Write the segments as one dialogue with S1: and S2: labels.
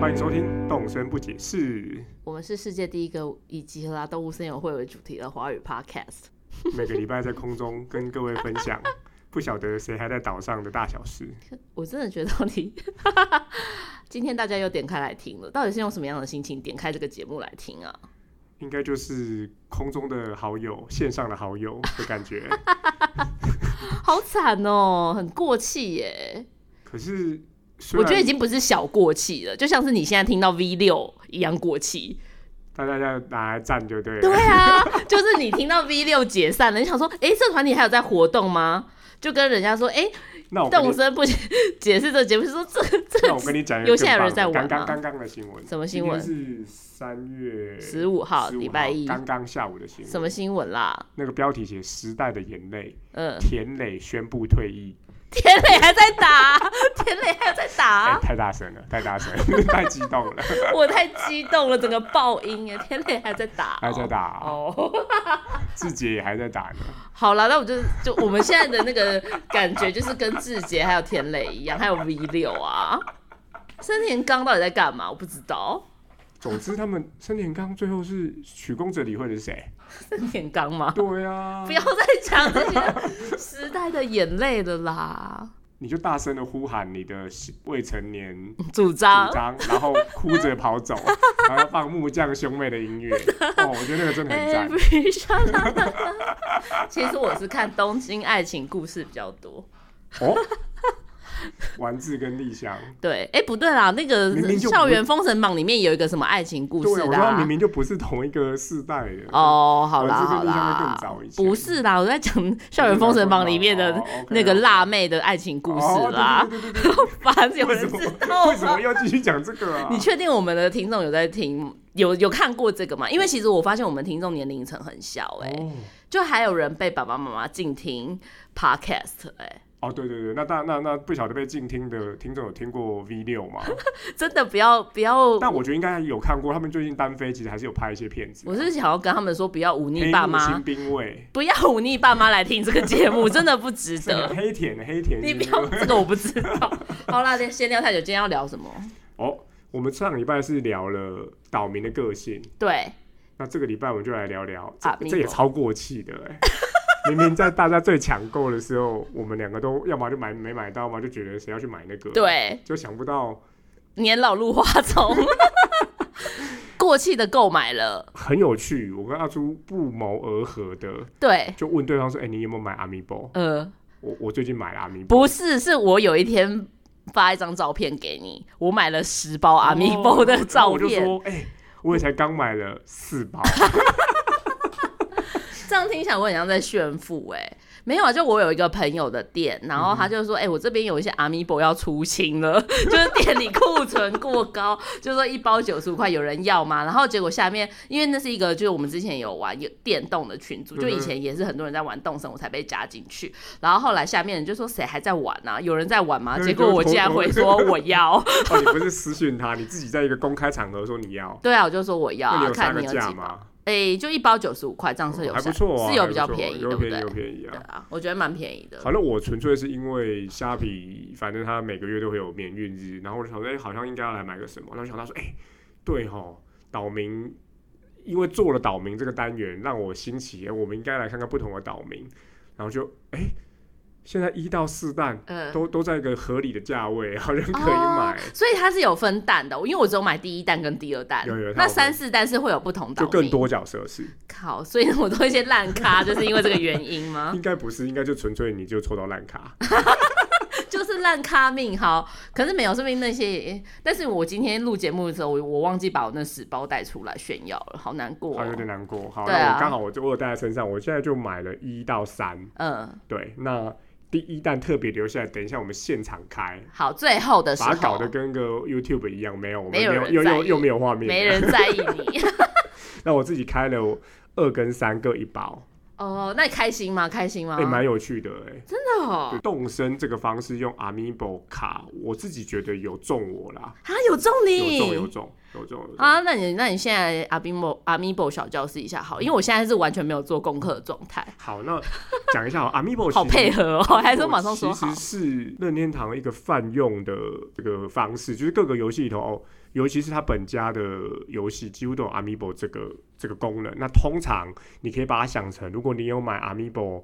S1: 欢迎收听《动声不解释
S2: 我们是世界第一个以集合啦动物森友会为主题的华语 podcast。》，
S1: 每个礼拜在空中跟各位分享不晓得谁还在岛上的大小事。
S2: 我真的觉得你，今天大家又点开来听了，到底是用什么样的心情点开这个节目来听啊？
S1: 应该就是空中的好友，线上的好友的感 觉。
S2: 好惨哦，很过气耶！
S1: 可是，虽
S2: 我觉得已
S1: 然
S2: 经不是小过气了，就像是你现在听到 V 六一样过气。
S1: 大家要拿来站就对了。
S2: 对啊， 就是你听到 V 六解散了，你想说，诶，这团体还有在活动吗？就跟人家说，诶，
S1: 那哦我跟
S2: 动
S1: 你
S2: 物，森不解解释这个节目，说这
S1: 那我跟你讲一个
S2: 有些
S1: 更
S2: 人
S1: 棒的
S2: 在玩
S1: 刚刚
S2: 吗
S1: 刚刚的新闻，
S2: 什么新闻
S1: 今天是三月
S2: 十五号
S1: 15
S2: 礼拜一
S1: 刚刚下午的新闻。
S2: 什么？新闻啦？
S1: 那个标题写“时代的眼泪
S2: 嗯”，，
S1: 田磊宣布退役。
S2: 田磊还在打，啊 田磊还在
S1: 哎、啊
S2: 打，啊
S1: 太大声 了，太大声了，太激动了，
S2: 我太激动了，整个爆音哎，田磊还在打，
S1: 还在打。
S2: 哦。
S1: 志杰也还在打呢。
S2: 好了，那我就就我们现在的那个感觉，就是跟志杰还有田磊一样，还有 V 六啊。森田刚到底在干嘛？我不知道。
S1: 总之，他们森田刚最后是取功者理会的是谁？
S2: 森田刚吗？
S1: 对啊，
S2: 哦不要再讲这些时代的眼泪了啦！
S1: 你就大声的呼喊你的未成年
S2: 主张
S1: 主张，然后哭着跑 走，然后放木匠兄妹的音乐。哦，我觉得那个真的
S2: 哎
S1: 很赞。
S2: Every shot of love 其实我是看《东京爱情故事》比较多。
S1: 哦，丸子跟丽香，
S2: 对，哎、不对啦，那个
S1: 明明就不
S2: 校园封神榜里面有一个什么爱情故
S1: 对，
S2: 事
S1: 我
S2: 的、
S1: 说他
S2: 啊
S1: 明。呃明就不是同一个世代的。
S2: 哦，好啦
S1: 丸子跟
S2: 好
S1: 丽香会
S2: 啦
S1: 更，早一些。
S2: 不是啦，我在讲 《校园封神榜》里面的
S1: 哦，OK，
S2: 那个
S1: OK
S2: 辣妹的爱情故事啦
S1: 哦。对对对对对
S2: 反正有
S1: 为
S2: 人
S1: 什么
S2: 知道
S1: 为什
S2: 吗
S1: 么？要继续讲这个啊？
S2: 你确定我们的听众有在听？有有看过这个吗？因为其实我发现我们听众年龄层很小、哎、
S1: 哦
S2: 就还有人被爸爸妈妈禁听 podcast，哎、
S1: 哦，对对对，那大那那不晓得被静听的听众有听过 V 六 吗？
S2: 真的不要不要
S1: 但我觉得应该有看过，他们最近单飞其实还是有拍一些片子。
S2: 我是想要跟他们说，不要忤
S1: 黑
S2: 逆
S1: 木
S2: 爸妈
S1: 新，兵卫，
S2: 不要忤逆爸妈来听这个节 目，真的不值
S1: 这个
S2: 得。
S1: 黑田黑田
S2: 你
S1: 新
S2: 不
S1: 兵
S2: 要
S1: 卫。
S2: 这个，我不知道。啊 好啦，先聊太久，今天要聊什么？
S1: 哦，我们上礼拜是聊了岛民的个性，
S2: 对，
S1: 那这个礼拜我们就来聊聊，
S2: 啊
S1: 这这也
S2: 民国
S1: 超过气的哎、 明明在大家最抢购的时候，我们两个都要么就买没买到嘛，就觉得谁要去买那个，，
S2: 对，
S1: 就想不到
S2: 年老入花 丛，过气的购买了，
S1: 很有趣。我跟阿朱不谋而合的，
S2: 对，
S1: 就问对方说：“哎、你有没有买 Amiibo？”
S2: 呃，
S1: 我我最近买了 Amiibo，
S2: 不是，是我有一天发一张照片给你，我买了十包哦阿米波的
S1: 然后
S2: 照
S1: 我就
S2: 片，
S1: 说：“哎、我也才刚买了四包。
S2: 这样听起来我很像在炫富哎、没有啊，就我有一个朋友的店，然后他就说，哎、我这边有一些阿米波要出清了， 就是店里库存过高，就说一包九十五块，有人要吗？然后结果下面，因为那是一个就是我们之前有玩有电动的群
S1: 嗯
S2: 组，就以前也是很多人在玩动森，我才被加进去。然后后来下面人就说，谁还在玩呢、啊？有人在玩吗？
S1: 对
S2: 结果我竟然回 说我要，”
S1: 哦，你不是私讯他，你自己在一个公开场合说你要，
S2: 对啊，我就说我要、
S1: 那你
S2: 啊，
S1: 有杀
S2: 看
S1: 个
S2: 你有
S1: 价
S2: 几包，
S1: 吗？
S2: 哎、就一包九十五块，这样是有
S1: 还不
S2: 三
S1: 错啊，
S2: 是有
S1: 还
S2: 比
S1: 不
S2: 较
S1: 错
S2: 便宜，
S1: 有
S2: 对不
S1: 便宜
S2: 对
S1: 有？便宜
S2: 对
S1: 啊。
S2: 啊，我觉得蛮便宜的。
S1: 反正我纯粹是因为虾皮，反正他每个月都会有免运日，然后我就想说，哎、好像应该要来买个什么。然后想到说，哎、对吼，岛民，因为做了岛民这个单元，让我兴起，哎我们应该来看看不同的岛民。然后就，哎、现在一到四弹
S2: 呃，
S1: 都都在一个合理的价位， 好像可以
S2: 哦
S1: 买，，
S2: 所以它是有分蛋的，因为我只有买第一蛋跟第二蛋
S1: 有有，它
S2: 那
S1: 有分
S2: 三四蛋是会有不同岛
S1: 就
S2: 民
S1: 更。多角设施。
S2: 靠，所以我都一些烂咖，就是因为这个原因吗？
S1: 应该不是，应该就纯粹你就抽到烂卡。
S2: 就是烂咖命好，可是没有，说明那些也，但是我今天录节目的时候，我我忘记把我那十包带出来炫耀了，好难过、
S1: 好，有
S2: 哦。
S1: 点难过。好，
S2: 对
S1: 那
S2: 啊
S1: 我刚好我就我有带在身上，我现在就买了一到三。
S2: 嗯，
S1: 对，那第一弹特别留下来，等一下我们现场开，
S2: 好，最后的时
S1: 把
S2: 候
S1: 它搞得跟个 YouTube 一样，没有，我们
S2: 没
S1: 没
S2: 有
S1: 有，
S2: 人
S1: 又
S2: 在
S1: 又
S2: 意
S1: 又没有画
S2: 没
S1: 面。
S2: 人在意你。
S1: 那我自己开了二跟三各一包，
S2: 哦，那你开心吗？开心吗？
S1: 哎、蛮有趣的哎、
S2: 啊真的哦
S1: 就动身这个方式用 Amiibo 卡，我自己觉得有中我啦，
S2: 啊，有中
S1: 有中有中。有
S2: 你，
S1: 这种有这种
S2: 啊，那你那你现在阿宾博阿米博小教室一下好，因为我现在是完全没有做功课的状态，
S1: 好，那讲一 下哦，Amiibo
S2: 好
S1: 其实
S2: 配合哦，还是马上说
S1: 其
S2: 好
S1: 实。是任天堂一个泛用的这个方式，就是各个游戏里头，哦，尤其是它本家的游戏，几乎都有 Amiibo 这个这个功能。那通常你可以把它想成，如果你有买 Amiibo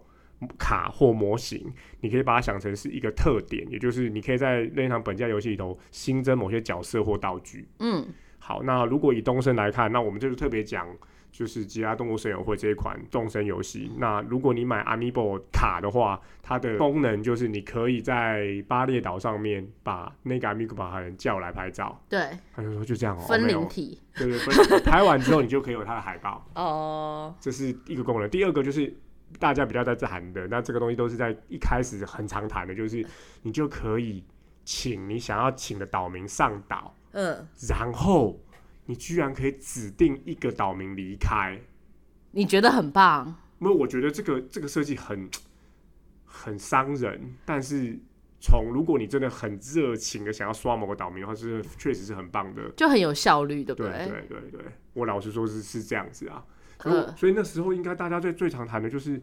S1: 卡或模型，你可以把它想成是一个特点，也就是你可以在任天堂本家游戏里头新增某些角色或道具。
S2: 嗯，
S1: 好，那如果以东升来看，那我们这就特别讲。就是《吉拉动物森友会》这一款动森游戏。那如果你买 Amiibo 卡的话，它的功能就是你可以在巴列岛上面把那个 Amiibo 把人叫来拍照。
S2: 对，
S1: 他就说就这样哦、
S2: 分
S1: 没
S2: 灵
S1: 有，
S2: 体
S1: 对对，分拍完之后你就可以有它的海报，
S2: 哦，
S1: 这是一个功能。第二个就是大家比较在谈的，那这个东西都是在一开始很常谈的，就是你就可以请你想要请的岛民上岛。
S2: 嗯，
S1: 然后你居然可以指定一个岛民离开，
S2: 你觉得很棒？
S1: 因为我觉得这个这个设计很很伤人，但是从如果你真的很热情的想要刷某个岛民的话，是确实是很棒的。
S2: 就很有效率，对不
S1: 对对对对，我老实说是是这样子啊，所以我、
S2: 嗯
S1: 所以那时候应该大家最最常谈的就是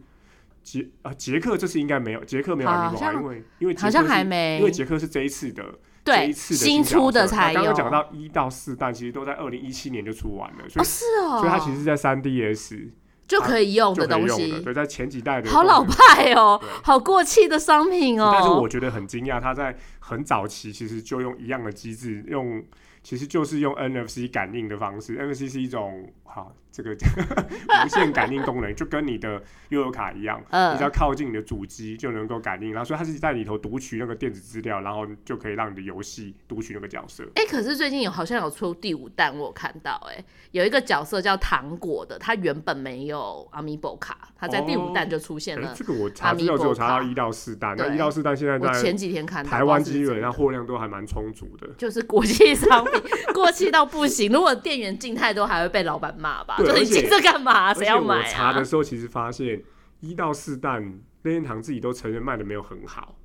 S1: 捷啊捷克，这次应该没有捷克没有
S2: 好
S1: Amiibo 啊，
S2: 像
S1: 因为因为捷克
S2: 好像还
S1: 是
S2: 没
S1: 因为，捷克是这一次的这
S2: 对，
S1: 一次的
S2: 新
S1: 角色
S2: 出的才
S1: 那刚
S2: 有。
S1: 刚讲到一到四代，其实都在二零一七年就出完了，所
S2: 哦，
S1: 以
S2: 是哦，
S1: 所以它其实是在三 DS
S2: 就可以用
S1: 就
S2: 的
S1: 可以
S2: 东
S1: 用的，
S2: 西，
S1: 对，在前几代的
S2: 好老
S1: 版。
S2: 派哦
S1: 对，
S2: 好过气的商品哦。
S1: 但是我觉得很惊讶，它在很早期其实就用一样的机制，用其实就是用 NFC 感应的方式。NFC 是一种好这 个无线感应功能，就跟你的悠游卡一样，你只要
S2: 嗯，
S1: 靠近你的主机就能够感应。然后所以它是在里头读取那个电子资料，然后就可以让你的游戏读取那个角色。
S2: 哎，可是最近有好像有出第五弹，我有看到，哎，有一个角色叫糖果的，他原本没有 Amiibo 卡，他在第五弹就出现
S1: 哎、
S2: 了。
S1: 这个我查资料只有查到一到四弹，那
S2: 呃对
S1: 一到四弹现在
S2: 我
S1: 在
S2: 前几天看到
S1: 台湾
S2: 不知道
S1: 基
S2: 是不是
S1: 本上货量都还蛮充足的。
S2: 就是国际商品，过期到不行。如果店员进太多，还会被老板骂吧？
S1: 对
S2: 就是
S1: 而
S2: 你
S1: 且
S2: 进这干嘛？
S1: 而且
S2: 谁要买
S1: 我查的
S2: 啊？
S1: 时候，其实发现一到四弹任天堂自己都承认卖的没有很好。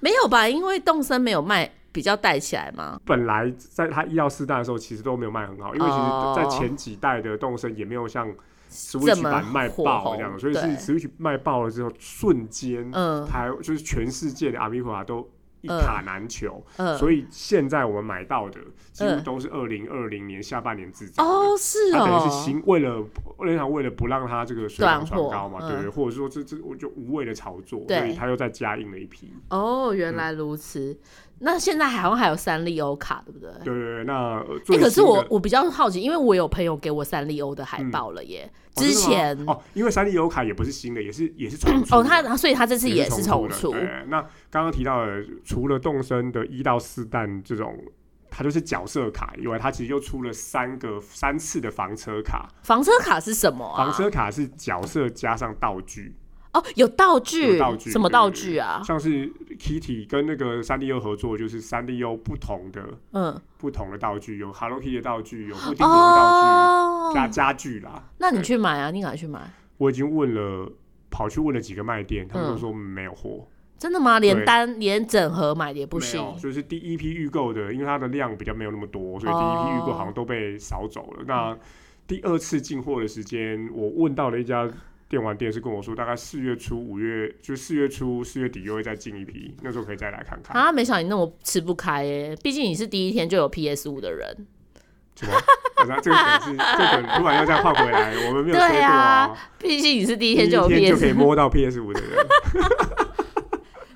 S2: 没有吧？因为动森没有卖，比较带起来嘛。
S1: 本来在它一到四弹的时候，其实都没有卖很好，因为其
S2: 哦
S1: 实在前几代的动身也没有像
S2: 这
S1: Switch
S2: 么
S1: 版卖
S2: 火
S1: 爆
S2: 红
S1: 这样，所以是
S2: 对
S1: Switch 卖爆了之后，瞬间
S2: 嗯
S1: 台就是全世界的阿米卡都一
S2: 嗯
S1: 卡难求，
S2: 嗯，
S1: 所以现在我们买到的几乎
S2: 嗯
S1: 都是二零二零年下半年制造的。
S2: 哦，是
S1: 它等
S2: 哦
S1: 于，是新为了任天堂为了不让它这个水涨
S2: 断
S1: 船
S2: 货
S1: 高嘛，
S2: 嗯
S1: 对不对？或者说这这我就无谓的炒作，
S2: 对
S1: 所以它又再加印了一批。
S2: 哦，原来如此。那现在好像还有三丽欧卡，对不对？
S1: 对对对，那呃最
S2: 哎、
S1: 新
S2: 可是我
S1: 的
S2: 我比较好奇，因为我有朋友给我三丽欧的海报了耶。
S1: 哦真
S2: 之
S1: 的吗
S2: 前
S1: 哦，因为三 D 游卡也不是新的，也是 也是重出
S2: 哦，
S1: 的
S2: 他他所以他这次
S1: 也
S2: 是
S1: 重
S2: 重
S1: 出
S2: 出
S1: 的。对，那刚刚提到的，除了动身的一到四弹这种。它就是角色卡以外，它其实又出了三个三次的房车卡。
S2: 房车卡是什么啊？
S1: 房车卡是角色加上道具，
S2: 哦，有道具，
S1: 有道具
S2: 什么
S1: 对
S2: 道
S1: 对对
S2: 具啊？
S1: 像是 Kitty 跟那个三 D 优合作，就是三 D 优不同的
S2: 嗯，
S1: 不同的道具，有 Hello Kitty 的道具，有布丁熊的道具，家
S2: 哦，
S1: 家具啦。
S2: 那你去买啊，你赶快去买。
S1: 我已经问了，跑去问了几个卖店，他们
S2: 嗯
S1: 都说没有货，
S2: 真的吗？连
S1: 对
S2: 单连整盒买的也不
S1: 没有
S2: 行。
S1: 就是第一批预购的，因为它的量比较没有那么多，所以第一批预购
S2: 哦
S1: 好像都被扫走了。那
S2: 嗯
S1: 第二次进货的时间，我问到了一家。电玩店是跟我说，大概四月初、五月，就四月初、四月底又会再进一批，那时候可以再来看看。
S2: 啊，没想到你那么吃不开耶！毕竟你是第一天就有 PS 五的人，
S1: 什么？然后这个梗是，这个梗突然又再换回来，我们没有推
S2: 对
S1: 过
S2: 啊
S1: 哦。
S2: 毕竟你是第
S1: 第
S2: 一天就有
S1: 一天就
S2: PS
S1: 可以摸到 PS 五的人，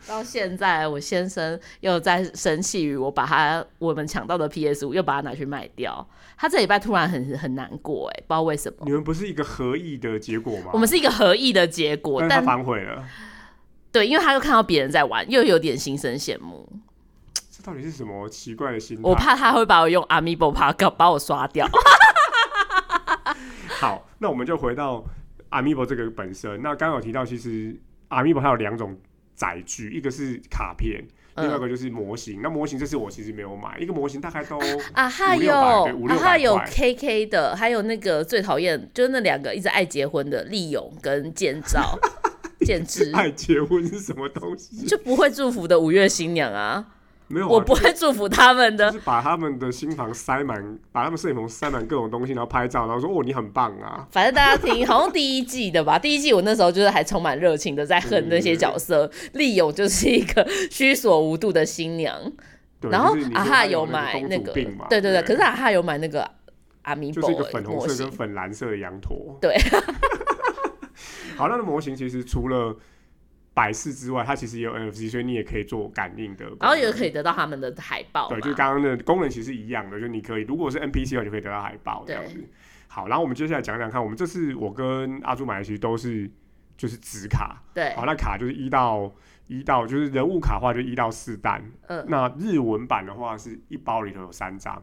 S2: 到现在，我先生又在生气于我把他我们抢到的 PS 五又把它拿去卖掉。他这礼拜突然很很难过，哎，不知道为什么
S1: 你。们不是一个合意的结果吗？
S2: 我们是一个合意的结果，
S1: 但是他
S2: 但
S1: 反悔了，
S2: 对，因为他又看到别人在玩，又有点心生羡慕。
S1: 这到底是什么奇怪的心态？
S2: 我怕他会把我用 Amiibo 把把我刷 掉。
S1: 好，那我们就回到 Amiibo 这个本身。那刚刚有提到，其实 Amiibo 它有两种载具，一个是卡片，另外一
S2: 嗯
S1: 个就是模型。那模型这次我其实没有买，一个模型大概都
S2: 啊，还有
S1: 500对500
S2: 啊，还有
S1: 块
S2: KK 的，还有那个最讨厌就是那两个一直爱结婚的利勇跟建
S1: ，
S2: 造建制
S1: 爱结婚是什么东西？
S2: 就不会祝福的五月新娘啊。
S1: 没有、啊，
S2: 我不会祝福他们
S1: 就
S2: 的。
S1: 是把他们的新房塞满，把他们摄影棚塞满各种东西，然后拍照，然后说哦你很棒啊，
S2: 反正大家听，好像第一季的吧。 第一季我那时候就是还充满热情的在恨那些角色，丽友就是一个虚所无度的新娘，
S1: 对，
S2: 然后
S1: 就是你
S2: 阿
S1: 说
S2: 哈
S1: 他
S2: 有
S1: 有
S2: 买
S1: 那
S2: 那
S1: 个公
S2: 个，
S1: 主病嘛，
S2: 对对
S1: 对
S2: 对，可是阿啊哈有买那个阿米
S1: 就是一个
S2: 博
S1: 粉
S2: 模
S1: 红色
S2: 型
S1: 跟，粉蓝色的羊驼，
S2: 对，
S1: 好，那个模型其实除了百事之外，它其实也有 NFC，所以你也可以做感应的功能，
S2: 然后也可以得到他们的海报嘛
S1: 对，。就是刚刚的功能其实是一样的，就是你可以如果是 NPC 的话，你就可以得到海报这
S2: 对
S1: 样子。好，然后我们接下来讲讲看，我们这次我跟阿朱买的其实都是就是纸卡，
S2: 对
S1: 好，，那卡就是一到一到就是人物卡的话就一到四单，
S2: 嗯，
S1: 那日文版的话是一包里头有三张，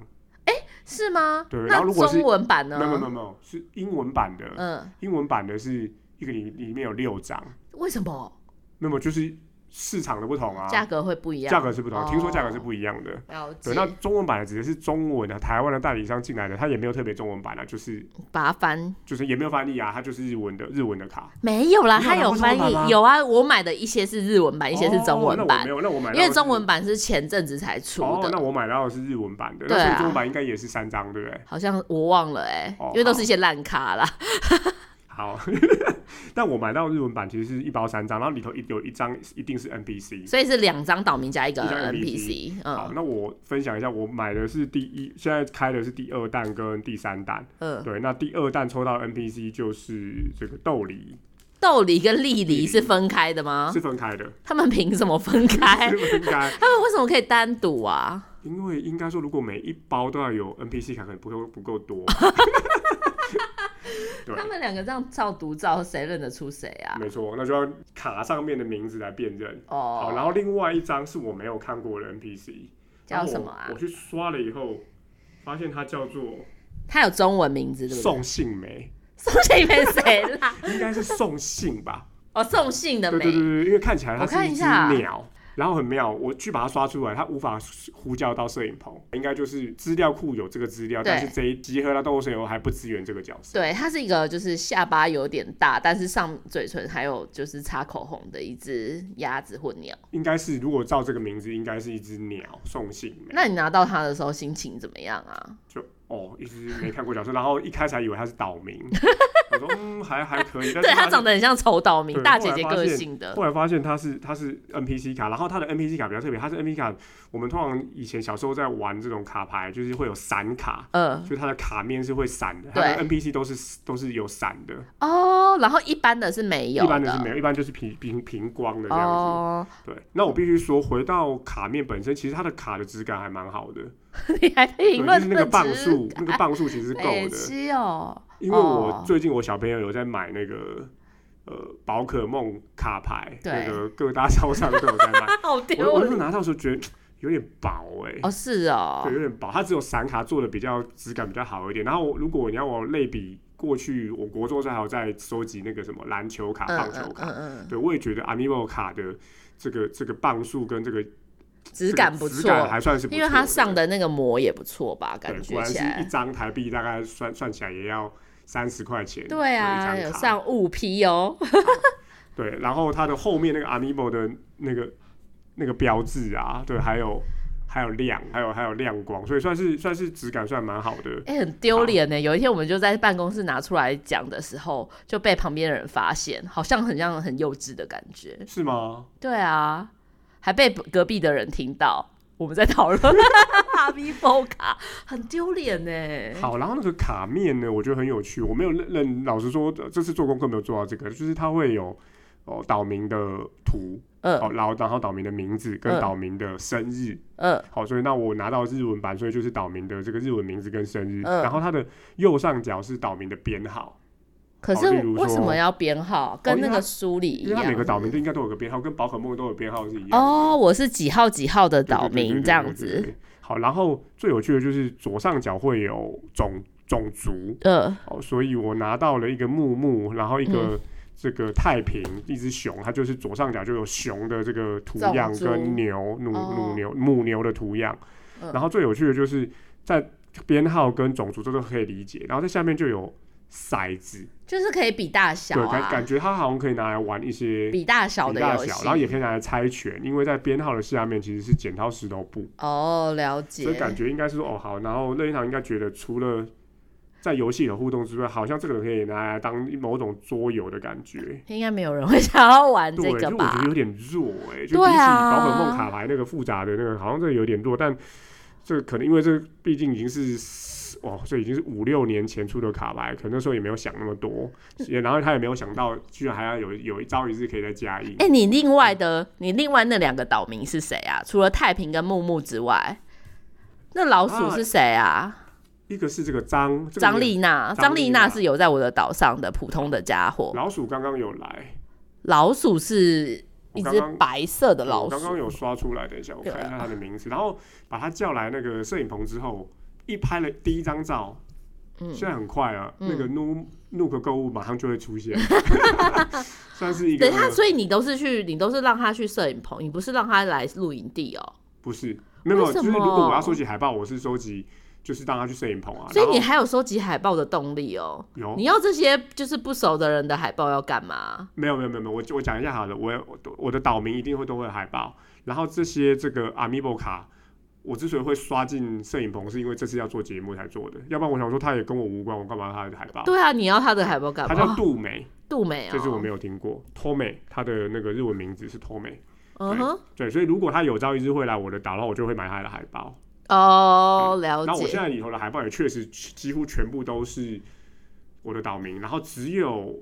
S2: 是吗？
S1: 对然
S2: 那
S1: 后如果是
S2: 中文版
S1: 没
S2: 呢
S1: 有？没有没有没有，是英文版的，
S2: 嗯，
S1: 英文版的是一个里里面有六张，
S2: 为什么
S1: 那么就是市场的不同啊，
S2: 价格会不一样？
S1: 价格是不同，听说价格是
S2: 哦
S1: 不一样的。
S2: 了
S1: 对，
S2: 解，
S1: 那中文版的只是中文的，台湾的代理商进来的，它也没有特别中文版啊，就是
S2: 把它翻
S1: 就是也没有翻译啊，它就是日文的日文的卡，
S2: 没有啦，
S1: 没有
S2: 它有
S1: 拿过中
S2: 翻
S1: 文版吗
S2: 译，有啊，我买的一些是日文版，一些是中文
S1: 哦、那我
S2: 版
S1: 没，有，那我买到
S2: 因
S1: 的是
S2: 为中文版是前阵子才出
S1: 哦，
S2: 的
S1: 那，我买到的是日文版的，
S2: 对啊
S1: 那所以中文版应该也是三张，对不对？
S2: 好像我忘了哎、
S1: 哦
S2: 因为都是一些烂卡啦。
S1: 好， 但我买到日文版其实是一包三张，然后里头一有一张一定是 NPC。
S2: 所以是两张岛民加一个
S1: 一张
S2: NPC，
S1: 好，
S2: 嗯
S1: 那我分享一下，我买的是第一，现在开的是第二弹跟第三弹。
S2: 嗯，
S1: 对，那第二弹抽到的 NPC 就是这个豆梨，
S2: 豆梨跟莉
S1: 莉
S2: 梨
S1: 莉
S2: 是分开的吗
S1: 是？分开的，
S2: 他们凭什么分开
S1: 是？分开。
S2: 他们为什么可以单独啊？
S1: 因为应该说，如果每一包都要有 NPC 卡，可能不够不够 多。对
S2: 他，们两个这样照独照，谁认得出谁啊？
S1: 没错，那就要卡上面的名字来辨认。好，然
S2: 哦，
S1: 后另外一张是我没有看过的 NPC，
S2: 叫什么啊
S1: 然后我？我去刷了以后，发现它叫做
S2: 他有中文名字对不对？
S1: 宋杏梅，
S2: 宋信梅谁 啦？
S1: 应该是宋杏吧？
S2: 哦，宋信的
S1: 对对对
S2: 梅，
S1: 对，因为看起来它
S2: 我看
S1: 是
S2: 一
S1: 一只
S2: 下
S1: 鸟，然后很妙，我去把它刷出来，它无法呼叫到摄影棚，应该就是资料库有这个资料，
S2: 对
S1: 但是这一集合到动物神游还不支援这个角色。
S2: 对，它是一个就是下巴有点大，但是上嘴唇还有就是擦口红的一只鸭子或鸟。
S1: 应该是如果照这个名字，应该是一只鸟送信梅。
S2: 那你拿到它的时候心情怎么样啊？
S1: 就哦，一直没看过角色，然后一开始还以为他是岛 民，我说嗯还还可以，但是
S2: 对，它
S1: 他
S2: 长
S1: 是
S2: 得很像丑岛民
S1: 对
S2: 大
S1: 后
S2: 姐
S1: 来
S2: 姐
S1: 发
S2: 个
S1: 现
S2: 性的。
S1: 后来发现他是他是 NPC 卡，然后他的 NPC 卡比较特别，他是 NPC 卡，我们通常以前小时候在玩这种卡牌，就是会有闪卡。
S2: 嗯，
S1: 就它的卡面是会闪的，它的 NPC 都是都是有闪的，
S2: 哦，然后一般的是没有
S1: 一般的是没有，一般就是平平平光的这样子。
S2: 哦，
S1: 对，那我必须说，回到卡面本身，其实它的卡的质感还蛮好的，
S2: 你还
S1: 对
S2: 评
S1: 就
S2: 论
S1: 是那个
S2: 这
S1: 磅
S2: 只
S1: 数，那个磅数其实 是够
S2: 北
S1: 的。
S2: 七哦，
S1: 因为我
S2: 哦
S1: 最近我小朋友有在买那个呃宝可梦卡牌，
S2: 对。
S1: 那个各大 超商都有在卖
S2: 好
S1: 我
S2: 丢
S1: 我那时
S2: 脸
S1: 候拿到的时候觉得有点薄哎、
S2: 哦，是哦
S1: 对，，有点薄。它只有闪卡做的比较质感比较好一点。然后如果你要我类比过去，我国中时候还有在收集那个什么篮球卡、
S2: 嗯
S1: 棒
S2: 嗯
S1: 球卡，
S2: 嗯嗯，
S1: 对我也觉得 Amiibo 卡的这个这个磅数跟这个
S2: 质感
S1: 这
S2: 不
S1: 个质
S2: 错，
S1: 感还算是不错
S2: 因
S1: 的，
S2: 为它上的那个膜也不错吧，
S1: 对
S2: 感
S1: 果
S2: 觉
S1: 然
S2: 起
S1: 是
S2: 来
S1: 一。张台币大概算算起来也要三十块钱，
S2: 对啊，
S1: 一张
S2: 有
S1: 卡。
S2: 上五批哦。
S1: 对，然后它的后面那个 Amiibo 的那个那个标志啊，对，还有还有亮，还有还有亮光，所以算是算是质感算蛮好的。
S2: 哎、很丢脸呢。有一天我们就在办公室拿出来讲的时候，就被旁边的人发现，好像很像很幼稚的感觉。
S1: 是吗？
S2: 对啊，还被隔壁的人听到我们在讨 论哈比波卡，很丢脸呢。
S1: 好，然后那个卡面呢，我觉得很有趣。我没有认认，老实说，呃这次做功课没有做到这个，就是它会有哦岛民的图，
S2: 嗯
S1: 哦，然后然后岛民的名字跟
S2: 嗯
S1: 岛民的生日，
S2: 嗯，
S1: 好，所以那我拿到日文版，所以就是岛民的这个日文名字跟生日，
S2: 嗯
S1: 然后它的右上角是岛民的编号，
S2: 可是
S1: 好例如说哦
S2: 为什么要编号？跟那个书里一
S1: 因为它每
S2: 样
S1: 个。岛民都应该都有个编号，跟宝可梦都有编号是一样的。
S2: 哦，我是几号几号的
S1: 对，
S2: 岛
S1: 对对对
S2: 民
S1: 对
S2: 这样
S1: 对对对
S2: 子。
S1: 对好，然后最有趣的就是左上角会有种种族
S2: 嗯
S1: 哦，所以我拿到了一个木木，然后一个这个太平，一只熊，它就是左上角就有熊的这个图样
S2: 种族
S1: 跟牛、乳
S2: 哦
S1: 乳牛、母牛的图样。
S2: 嗯
S1: 然后最有趣的就是在编号跟种族这都可以理解，然后在下面就有骰子，
S2: 就是可以比大小
S1: 对，感
S2: 啊
S1: 感，觉它好像可以拿来玩一些
S2: 比大小
S1: 比
S2: 的
S1: 大
S2: 游
S1: 小，
S2: 戏
S1: 然后。也可以拿来猜拳，因为在编号的下面其实是剪刀石头布，
S2: 哦，了
S1: 所以感
S2: 解。
S1: 觉应该是说哦好，然后任天堂应该觉得除了在游戏有互动之外，好像这个可以拿来当某种桌游的感觉。
S2: 应该没有人会想要玩
S1: 对，
S2: 这个
S1: 就我觉
S2: 吧
S1: 得？有点弱哎、就
S2: 对
S1: 比起
S2: 啊
S1: 宝可梦卡牌那个复杂的那个，好像这个有点弱，但这可能因为这毕竟已经是哇，这已经是五六年前出的卡牌，可能那时候也没有想那么多，也然后他也没有想到居然还要有有一朝一日可以再加印。
S2: 哎、你另外的，你另外那两个岛民是谁啊？除了太平跟木木之外，那老鼠
S1: 啊
S2: 是谁啊？
S1: 一个是这个张啊这个
S2: 张
S1: 也
S2: 丽娜，
S1: 张
S2: 张丽
S1: 丽
S2: 娜
S1: 娜
S2: 是有在我的岛上的普通的家伙。
S1: 老鼠刚刚有来，
S2: 老鼠是一
S1: 我刚
S2: 只
S1: 刚
S2: 白色的
S1: 我
S2: 老
S1: 刚
S2: 鼠
S1: 刚，有刷出来，等一下我
S2: 对啊
S1: 看一下他的名字，然后把他叫来那个摄影棚之后，一拍了第一张照，
S2: 嗯
S1: 现在很快啊，
S2: 嗯
S1: 那个 Nu Nook 购物马上就会出 现，算是一个
S2: 等一下，所以你都是去，你都是让他去摄影棚，你不是让他来露营地哦。
S1: 不是没有没有，
S2: 为
S1: 就
S2: 什
S1: 是如果我要
S2: 么
S1: 收集海报，我是收集就是让他去摄影棚啊，
S2: 所以你
S1: 然后
S2: 还有收集海报的动力哦。
S1: 有
S2: 你要这些就是不熟的人的海报要干嘛？
S1: 没有没有没有没有，我我讲一下好了，我我我的岛民一定会都会有海报，然后这些这个 Amiibo 卡，我之所以会刷进摄影棚，是因为这次要做节目才做的，要不然我想说它也跟我无关，我干嘛要它的海报？
S2: 对啊，你要他的海报干
S1: 它叫
S2: 嘛？哦
S1: 杜美，
S2: 杜美哦，
S1: 这是我没有听过托美，它的那个日文名字是托美。
S2: 嗯哼，
S1: 对，所以如果他有朝一日会来我的岛，然后我就会买他的海报。
S2: 哦，了
S1: 嗯那我现
S2: 解。
S1: 在里头的海报也确实几乎全部都是我的岛民，然后只有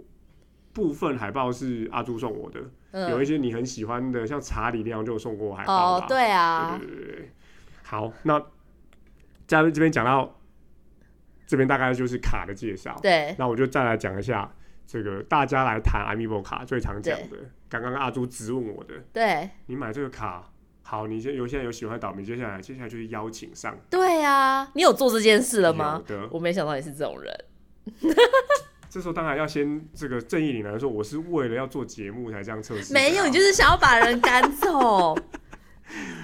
S1: 部分海报是阿朱送我的，有一
S2: 嗯，
S1: 些你很喜欢的，像查理那样就有送过我海报
S2: 哦
S1: 吧？，
S2: 对啊，
S1: 对对对对。好，那嘉宾这边讲到这边大概就是卡的介绍，
S2: 对，
S1: 那我就再来讲一下这个大家来谈 Amiibo 卡最常讲的，刚刚阿朱直问我的，
S2: 对，
S1: 你买这个卡，好，你现有现在有喜欢的岛民，接下来接下来就是邀请上
S2: 对啊，你有做这件事
S1: 有
S2: 了吗？
S1: 的，
S2: 我没想到你是这种人。
S1: 这时候当然要先这个正义凛然说，我是为了要做节目才这样测试的啊。
S2: 没有，你就是想要把人赶 走，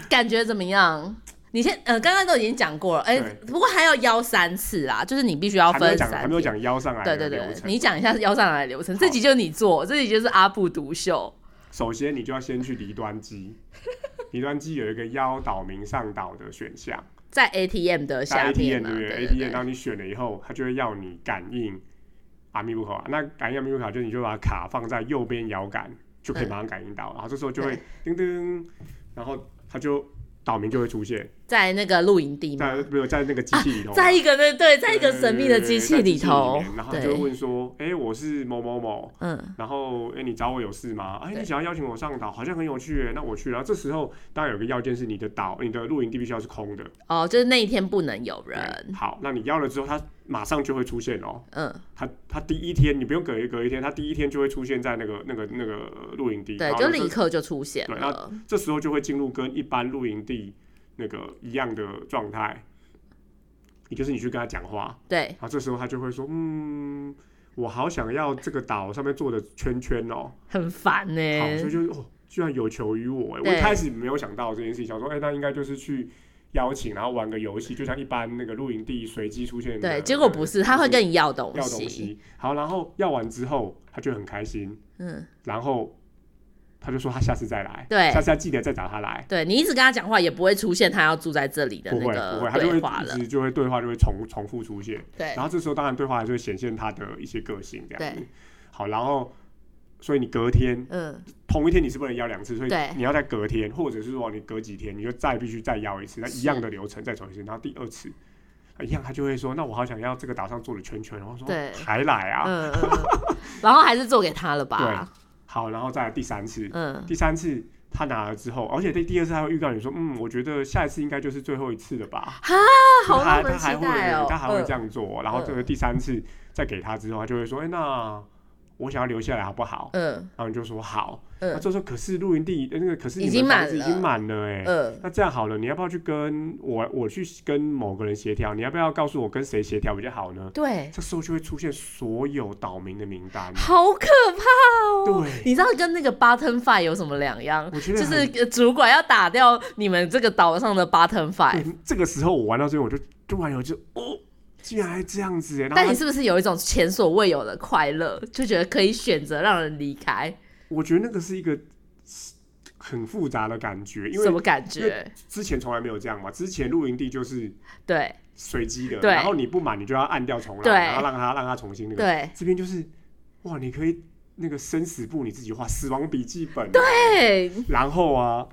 S2: 感觉怎么样？你先，呃，刚刚都已经讲过了，哎、
S1: 对
S2: 不过还要邀三次啦，就是你必须要
S1: 还没有
S2: 分
S1: 讲，
S2: 三
S1: 还没有
S2: 天。
S1: 讲邀上来
S2: 对
S1: 的
S2: 对
S1: 流
S2: 对，
S1: 程。
S2: 你讲一下邀上来的流程，
S1: 好
S2: 这集就是你做，这集就是阿布独秀，
S1: 首先你就要先去离端 机，离端机有一个邀岛民上岛的选项，
S2: 在 ATM 的下
S1: 在 ATM
S2: 面
S1: 对
S2: 嘛，
S1: 不
S2: 对对
S1: a t m
S2: 对
S1: 然后你选了以后，他就会要你感应阿密布卡。那感应阿密布卡就是你就把卡放在右边摇杆，就可以马上感应到，然后这时候就会叮叮，然后他就岛民就会出现。
S2: 在那个露营地
S1: 在
S2: 嘛，
S1: 没有在那个机器里头嘛，
S2: 在一个对对，在一
S1: 对
S2: 个
S1: 对
S2: 神秘
S1: 对
S2: 的
S1: 对
S2: 机
S1: 在
S2: 器
S1: 器
S2: 里头
S1: 面然，后他就会
S2: 对，
S1: 问说：“哎，我是某某某，
S2: 嗯，
S1: 然后哎，你找我有事吗？哎，
S2: 对
S1: 你想要邀请我上岛，好像很有趣耶，那我去。”然后这时候当然有个要件是你的岛、你的露营地必须要是空的。
S2: 哦，就是那一天不能有
S1: 对
S2: 人，
S1: 好，那你要了之后，它马上就会出现哦。
S2: 嗯，
S1: 它它第一天你不用隔一隔一天，它第一天就会出现在那个那个那个露营地。
S2: 对
S1: 然，后
S2: 就
S1: 那
S2: 立
S1: 这
S2: 刻就出现
S1: 对
S2: 了，
S1: 这时候就会进入跟一般露营地那个一样的状态，也就是你去跟他讲话。
S2: 对，
S1: 然后这时候他就会说，嗯，我好想要这个岛上面做的圈圈哦，
S2: 很烦呢、
S1: 好，所以就哦，居然有求于我哎，我
S2: 对
S1: 一开始没有想到这件事情，想说，哎，那应该就是去邀请，然后玩个游戏，就像一般那个露营地随机出现的，
S2: 对，结果不是，他会跟你要东
S1: 要东
S2: 西。
S1: 西，好，然后要完之后他就很开心，
S2: 嗯，
S1: 然后他就说他下次再来，
S2: 对
S1: 下次要记得再找他来。
S2: 对你一直跟他讲话，也不会出现他要住在这里的
S1: 不
S2: 那
S1: 会不
S2: 个
S1: 会，他就
S2: 对
S1: 会
S2: 话
S1: 一
S2: 了。
S1: 直就会对话就会重重复出现，
S2: 对
S1: 然后这时候当然对话还是会显现他的一些个性这样子
S2: 对。
S1: 好，然后所以你隔天
S2: 嗯，
S1: 同一天你是不能邀两次，所以
S2: 对
S1: 你要在隔天，或者是说你隔几天你就再必须再邀一次，那
S2: 是
S1: 一样的流程再走一次，然后第二次。一样，他就会说：“那我好想要这个岛上做的圈圈。”然后说
S2: 对：“
S1: 还来啊
S2: 嗯，嗯嗯然后还是做给他了吧？！”
S1: 好，然后再来第三次，
S2: 嗯，
S1: 第三次他拿了之后，而且第第二次他会预告你说：“嗯，我觉得下一次应该就是最后一次了吧。”
S2: 啊，好
S1: 他
S2: 让
S1: 他
S2: 人
S1: 还
S2: 期
S1: 会
S2: 待哦。
S1: 他还会
S2: 嗯
S1: 这样做，然后这个第三次再给他之后，他就会说，哎、那我想要留下来好不好？
S2: 嗯
S1: 然后你就说好，
S2: 嗯
S1: 他就说可是露营地呃那个可是你
S2: 已经
S1: 们房
S2: 满
S1: 子已
S2: 了
S1: 经满了哎、
S2: 嗯，
S1: 那这样好了，你要不要去跟我我去跟某个人协调？你要不要告诉我跟谁协调比较好呢？
S2: 对，
S1: 这时候就会出现所有岛民的名单，
S2: 好可怕哦。
S1: 对，
S2: 你知道跟那个 button five 有什么两样？
S1: 我觉得
S2: 就是
S1: 很
S2: 呃主管要打
S1: 嗯
S2: 掉你们这个岛上的 button five，
S1: 对这个时候我玩到这边，我就突然有就哦，竟然还这样子哎、然后
S2: 但
S1: 他
S2: 你是不是有一种前所未有的快乐，就觉得可以选择让人离开？
S1: 我觉得那个是一个很复杂的感觉，因
S2: 什么
S1: 为
S2: 感
S1: 因
S2: 觉？
S1: 之前从来没有这样嘛，之前露营地就是
S2: 对
S1: 随机的，
S2: 对
S1: 然后你不满你就要按掉重来，
S2: 对
S1: 然后让他让他重新那个。
S2: 对
S1: 这边就是哇，你可以那个生死簿你自己画，死亡笔记本、对，
S2: 对，
S1: 然后啊，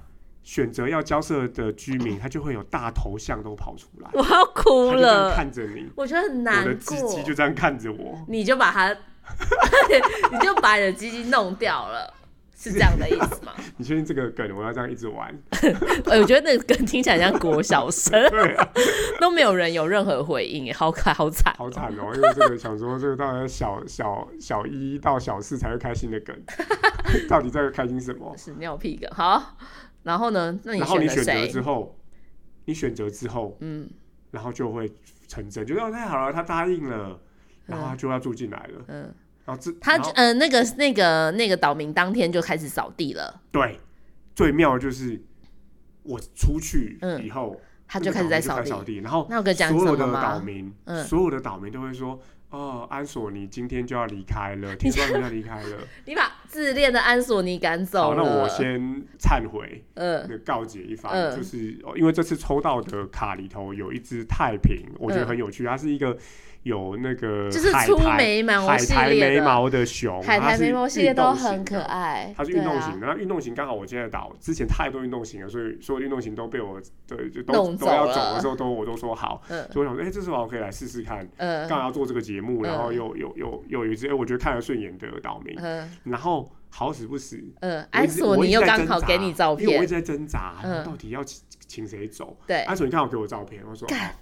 S1: 选择要交涉的居民，他就会有大头像都跑出来，
S2: 我要哭
S1: 他就这样
S2: 了，
S1: 看着你，
S2: 我觉得很
S1: 我的
S2: 难
S1: 鸡鸡
S2: 过。
S1: 就这样看着我，
S2: 你就把它， 你就把你的鸡鸡弄掉了，是这样的意 思吗？
S1: 你确定这个梗我要这样一直玩？
S2: 哎我觉得那个梗听起来像国小生，
S1: 对啊，
S2: 都没有人有任何回应，好可好惨。
S1: 好惨哦，因为这个想说这个大概小小小一到小四才会开心的梗， 到底在开心什么？
S2: 屎尿屁梗好，然后呢？那你
S1: 然后你
S2: 了
S1: 选择
S2: 谁
S1: 之？后，你选择之后，
S2: 嗯，
S1: 然后就会成真，就哦太好了，他答应了，然后他就要住进来了，
S2: 嗯，
S1: 然后这
S2: 他
S1: 然后
S2: 呃，那个那个那个岛民当天就开始扫地了，
S1: 对最妙的就是我出去
S2: 嗯
S1: 以后，
S2: 他
S1: 那
S2: 就
S1: 个
S2: 开始
S1: 岛
S2: 在
S1: 民
S2: 扫
S1: 扫
S2: 地。
S1: 地，然后
S2: 那我跟你讲
S1: 所有
S2: 什
S1: 的
S2: 么
S1: 岛
S2: 吗？
S1: 民，
S2: 嗯
S1: 所有的岛民都会说。哦，安索尼今天就要离开 了，听说你要离开了。
S2: 你把自恋的安索尼赶走
S1: 好，
S2: 了。
S1: 那我先忏悔，
S2: 嗯，
S1: 那告解一番，
S2: 嗯
S1: 就是、哦、因为这次抽到的卡里头有一只太平，我觉得
S2: 嗯
S1: 很有趣，它是一个有那个
S2: 就是
S1: 海
S2: 粗
S1: 苔
S2: 眉毛
S1: 海
S2: 系
S1: 苔
S2: 列
S1: 眉
S2: 的
S1: 毛的熊，
S2: 海
S1: 它
S2: 苔
S1: 哦是
S2: 眉毛系列
S1: 运动
S2: 都
S1: 型
S2: 很可
S1: 的。
S2: 爱，
S1: 它是运动
S2: 对啊
S1: 型的，那运动型刚好我今天的岛之前太多运动型了，所以所有运动型都被我对就都
S2: 弄
S1: 都
S2: 走
S1: 要
S2: 了
S1: 走的时候都我都说好，
S2: 嗯
S1: 所以我想说，哎、这次我可以来试试看，
S2: 嗯
S1: 刚好要做这个节目，然后
S2: 嗯
S1: 又又又又有一只哎、我觉得看得顺眼的岛民，
S2: 嗯
S1: 然后好死不死，我
S2: 嗯，
S1: 一
S2: 安
S1: 直
S2: 索
S1: 我一
S2: 尼
S1: 直
S2: 又
S1: 在
S2: 刚
S1: 挣
S2: 好
S1: 扎
S2: 给你照
S1: 因为我一啊
S2: 片，
S1: 直在挣扎，
S2: 嗯
S1: 然后到底要请请谁走？
S2: 对，
S1: 阿水，你刚好给我照片，我说
S2: 干
S1: 哦，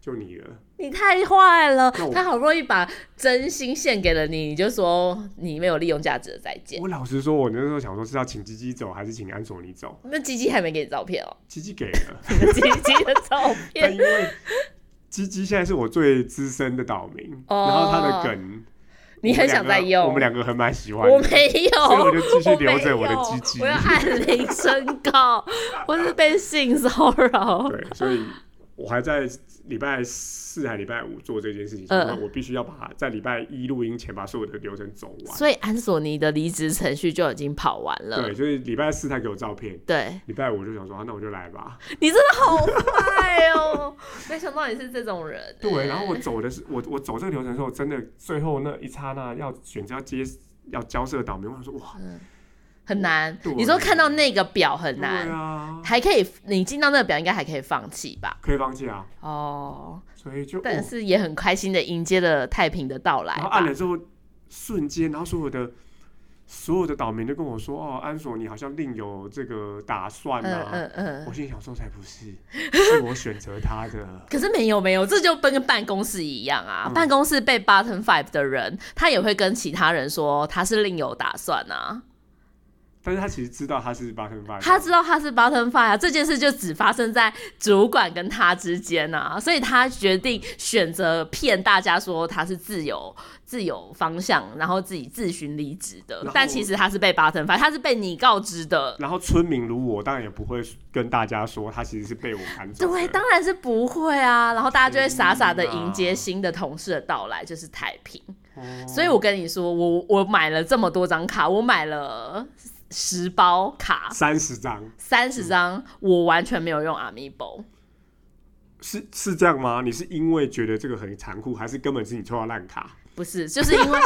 S1: 就你了。
S2: 你太坏了
S1: 那我，
S2: 他好不容易把真心献给了你，你就说你没有利用价值的再见。
S1: 我老实说，我那时候想说是要请吉吉走还是请安索尼走，
S2: 那吉吉还没给你照片哦，
S1: 吉吉给 了，
S2: 你的吉吉的 照
S1: 但
S2: 片，
S1: 因为吉吉现在是我最资深的岛民，
S2: 哦
S1: 然后他的梗
S2: 你很想再用
S1: 我们两个我们两个很蛮喜欢
S2: 我
S1: 的，
S2: 没
S1: 所以我就
S2: 有。
S1: 继续
S2: 我
S1: 留
S2: 没
S1: 着我的
S2: 有
S1: 吉吉
S2: 我。要按铃申告，我是被性骚扰。
S1: 对，所以我还在礼拜四还礼拜五做这件事情，
S2: 嗯
S1: 所以我必须要把在礼拜一录音前把所有的流程走完。
S2: 所以安索尼的离职程序就已经跑完了
S1: 对，。所以礼拜四他给我照片，
S2: 对，
S1: 礼拜五我就想说，啊那我就来吧。
S2: 你真的好坏 哦！没想到你是这种人。欸
S1: 对，然后我走的是我我走这个流程的时候，真的最后那一刹那要选择要接要交涉岛民，我想说哇，
S2: 很难
S1: 对。
S2: 你说看到那个表很
S1: 对
S2: 难，
S1: 啊，
S2: 还可以，你进到那个表应该还可以放弃吧？
S1: 可以放弃啊，
S2: 哦，
S1: 所以就、
S2: 但
S1: 哦
S2: 是也很开心的迎接了太平的到来
S1: 然后
S2: 吧嗯
S1: 按。了之后瞬间，然后所有的所有的岛民就跟我说哦，安索你好像另有这个打算
S2: 嗯
S1: 啊。
S2: 嗯嗯
S1: 我。心里想说才不是，是我选择他的。
S2: 可是没有没有，这就跟办公室一样啊！
S1: 嗯
S2: 办公室被 button five 的人，他也会跟其他人说他是另有打算啊。
S1: 但是他其实知道他是八分八，
S2: 他知道他是 bottom five 啊，这件事就只发生在主管跟他之间啊，所以他决定选择骗大家说他是自由自由方向，然后自己自寻离职的
S1: 然后。
S2: 但其实他是被 bottom five，他是被你告知的。
S1: 然后村民如我，当然也不会跟大家说他其实是被我赶走的。
S2: 对，当然是不会啊，然后大家就会傻傻的
S1: 天哪
S2: 迎接新的同事的到来，就是太平。
S1: 哦
S2: 所以我跟你说，我我买了这么多张卡，我买了十包卡，
S1: 三十张
S2: 三
S1: 嗯
S2: 十张，我完全没有用 Amiibo。
S1: 是是这样吗？你是因为觉得这个很残酷，还是根本是你抽到烂卡？
S2: 不是，就是因 为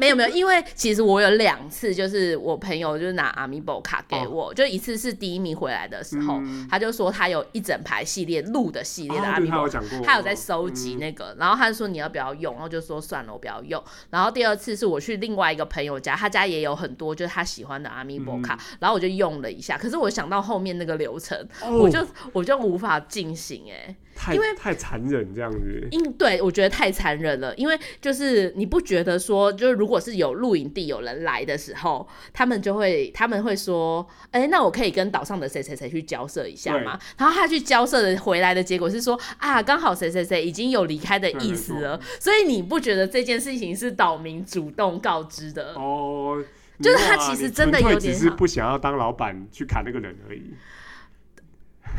S2: 没有没有，因为其实我有两次，就是我朋友就是拿 Amiibo 卡给我，就一次是第一名回来的时候，
S1: 哦嗯
S2: 他就说他有一整排系列鹿的系列的
S1: 哦对他
S2: Amiibo，、
S1: 有讲过，
S2: 啊他有在收集
S1: 嗯
S2: 那个，然后他就说你要不要用，然后就说算了，我不要用。然后第二次是我去另外一个朋友家，他家也有很多就是他喜欢的 Amiibo 卡，然后我就用了一下，可是我想到后面那个流程，
S1: 嗯，
S2: 我
S1: 哦
S2: 就我就无法进行哎、欸
S1: 太
S2: 因为
S1: 太残忍这样子，
S2: 因对我觉得太残忍了，因为就是你不觉得说，就是如果是有露营地有人来的时候，他们就会他们会说，哎、那我可以跟岛上的谁谁谁去交涉一下嘛。然后他去交涉的回来的结果是说，啊，刚好谁谁谁已经有离开的意思了，所以你不觉得这件事情是岛民主动告知的？
S1: 哦。
S2: 就是
S1: 你
S2: 他
S1: 哇
S2: 其实
S1: 你
S2: 真的
S1: 纯粹
S2: 有点
S1: 只是
S2: 好
S1: 不想要当老板去砍那个人而已。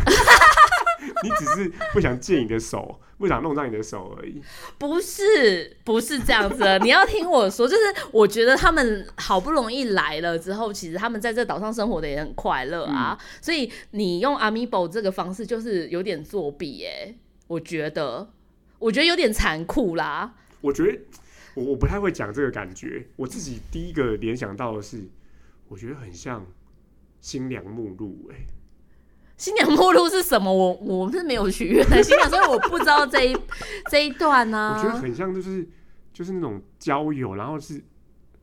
S1: 你只是不想借你的手，不想弄脏你的手而已。
S2: 不是不是这样子的，你要听我说，就是我觉得他们好不容易来了之后，其实他们在这岛上生活的也很快乐啊，所以你用 Amiibo 这个方式就是有点作弊哎、我觉得，我觉得有点残酷啦。
S1: 我觉得我我不太会讲这个感觉，我自己第一个联想到的是，我觉得很像新娘目录哎、
S2: 新娘目录是什么？我我是没有许愿的新娘，所以我不知道这一 这一段啊呢、
S1: 我觉得很像就是就是那种交友，然后是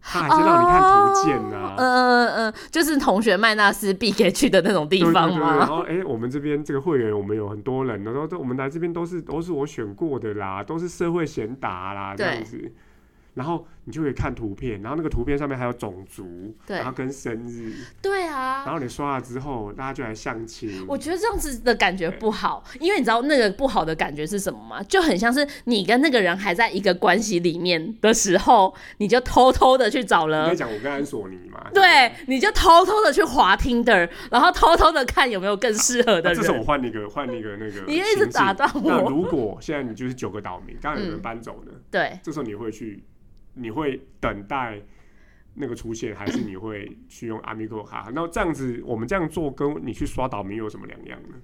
S1: 他还是让你看图鉴
S2: 哦
S1: 啊。
S2: 嗯嗯嗯，就是同学麦纳斯必给去的那种地
S1: 对对
S2: 方
S1: 对，然
S2: 吗？
S1: 后哎、我们这边这个会员，我们有很多人，然后都我们来这边都是都是我选过的啦，都是社会贤达啦这
S2: 对
S1: 样子。然后你就可以看图片，然后那个图片上面还有种族，
S2: 对
S1: 然后跟生日，
S2: 对
S1: 然
S2: 啊，
S1: 后你刷了之后，大家就来相亲。
S2: 我觉得这样子的感觉不好，因为你知道那个不好的感觉是什么吗？就很像是你跟那个人还在一个关系里面的时候，你就偷偷的去找
S1: 你
S2: 了
S1: 在。讲我跟安索尼嘛？啊
S2: 对，你就偷偷的去滑 Tinder，然后偷偷的看有没有更适合的
S1: 啊那这是
S2: 人。
S1: 我换一个换一个那个情境。
S2: 你一直打断
S1: 那
S2: 我。
S1: 如果现在你就是九个岛民，刚刚有人搬走呢，
S2: 对，
S1: 这时候你会去，你会等待那个出现，还是你会去用阿米克卡？那这样子，我们这样做跟你去刷岛民有什么两样呢？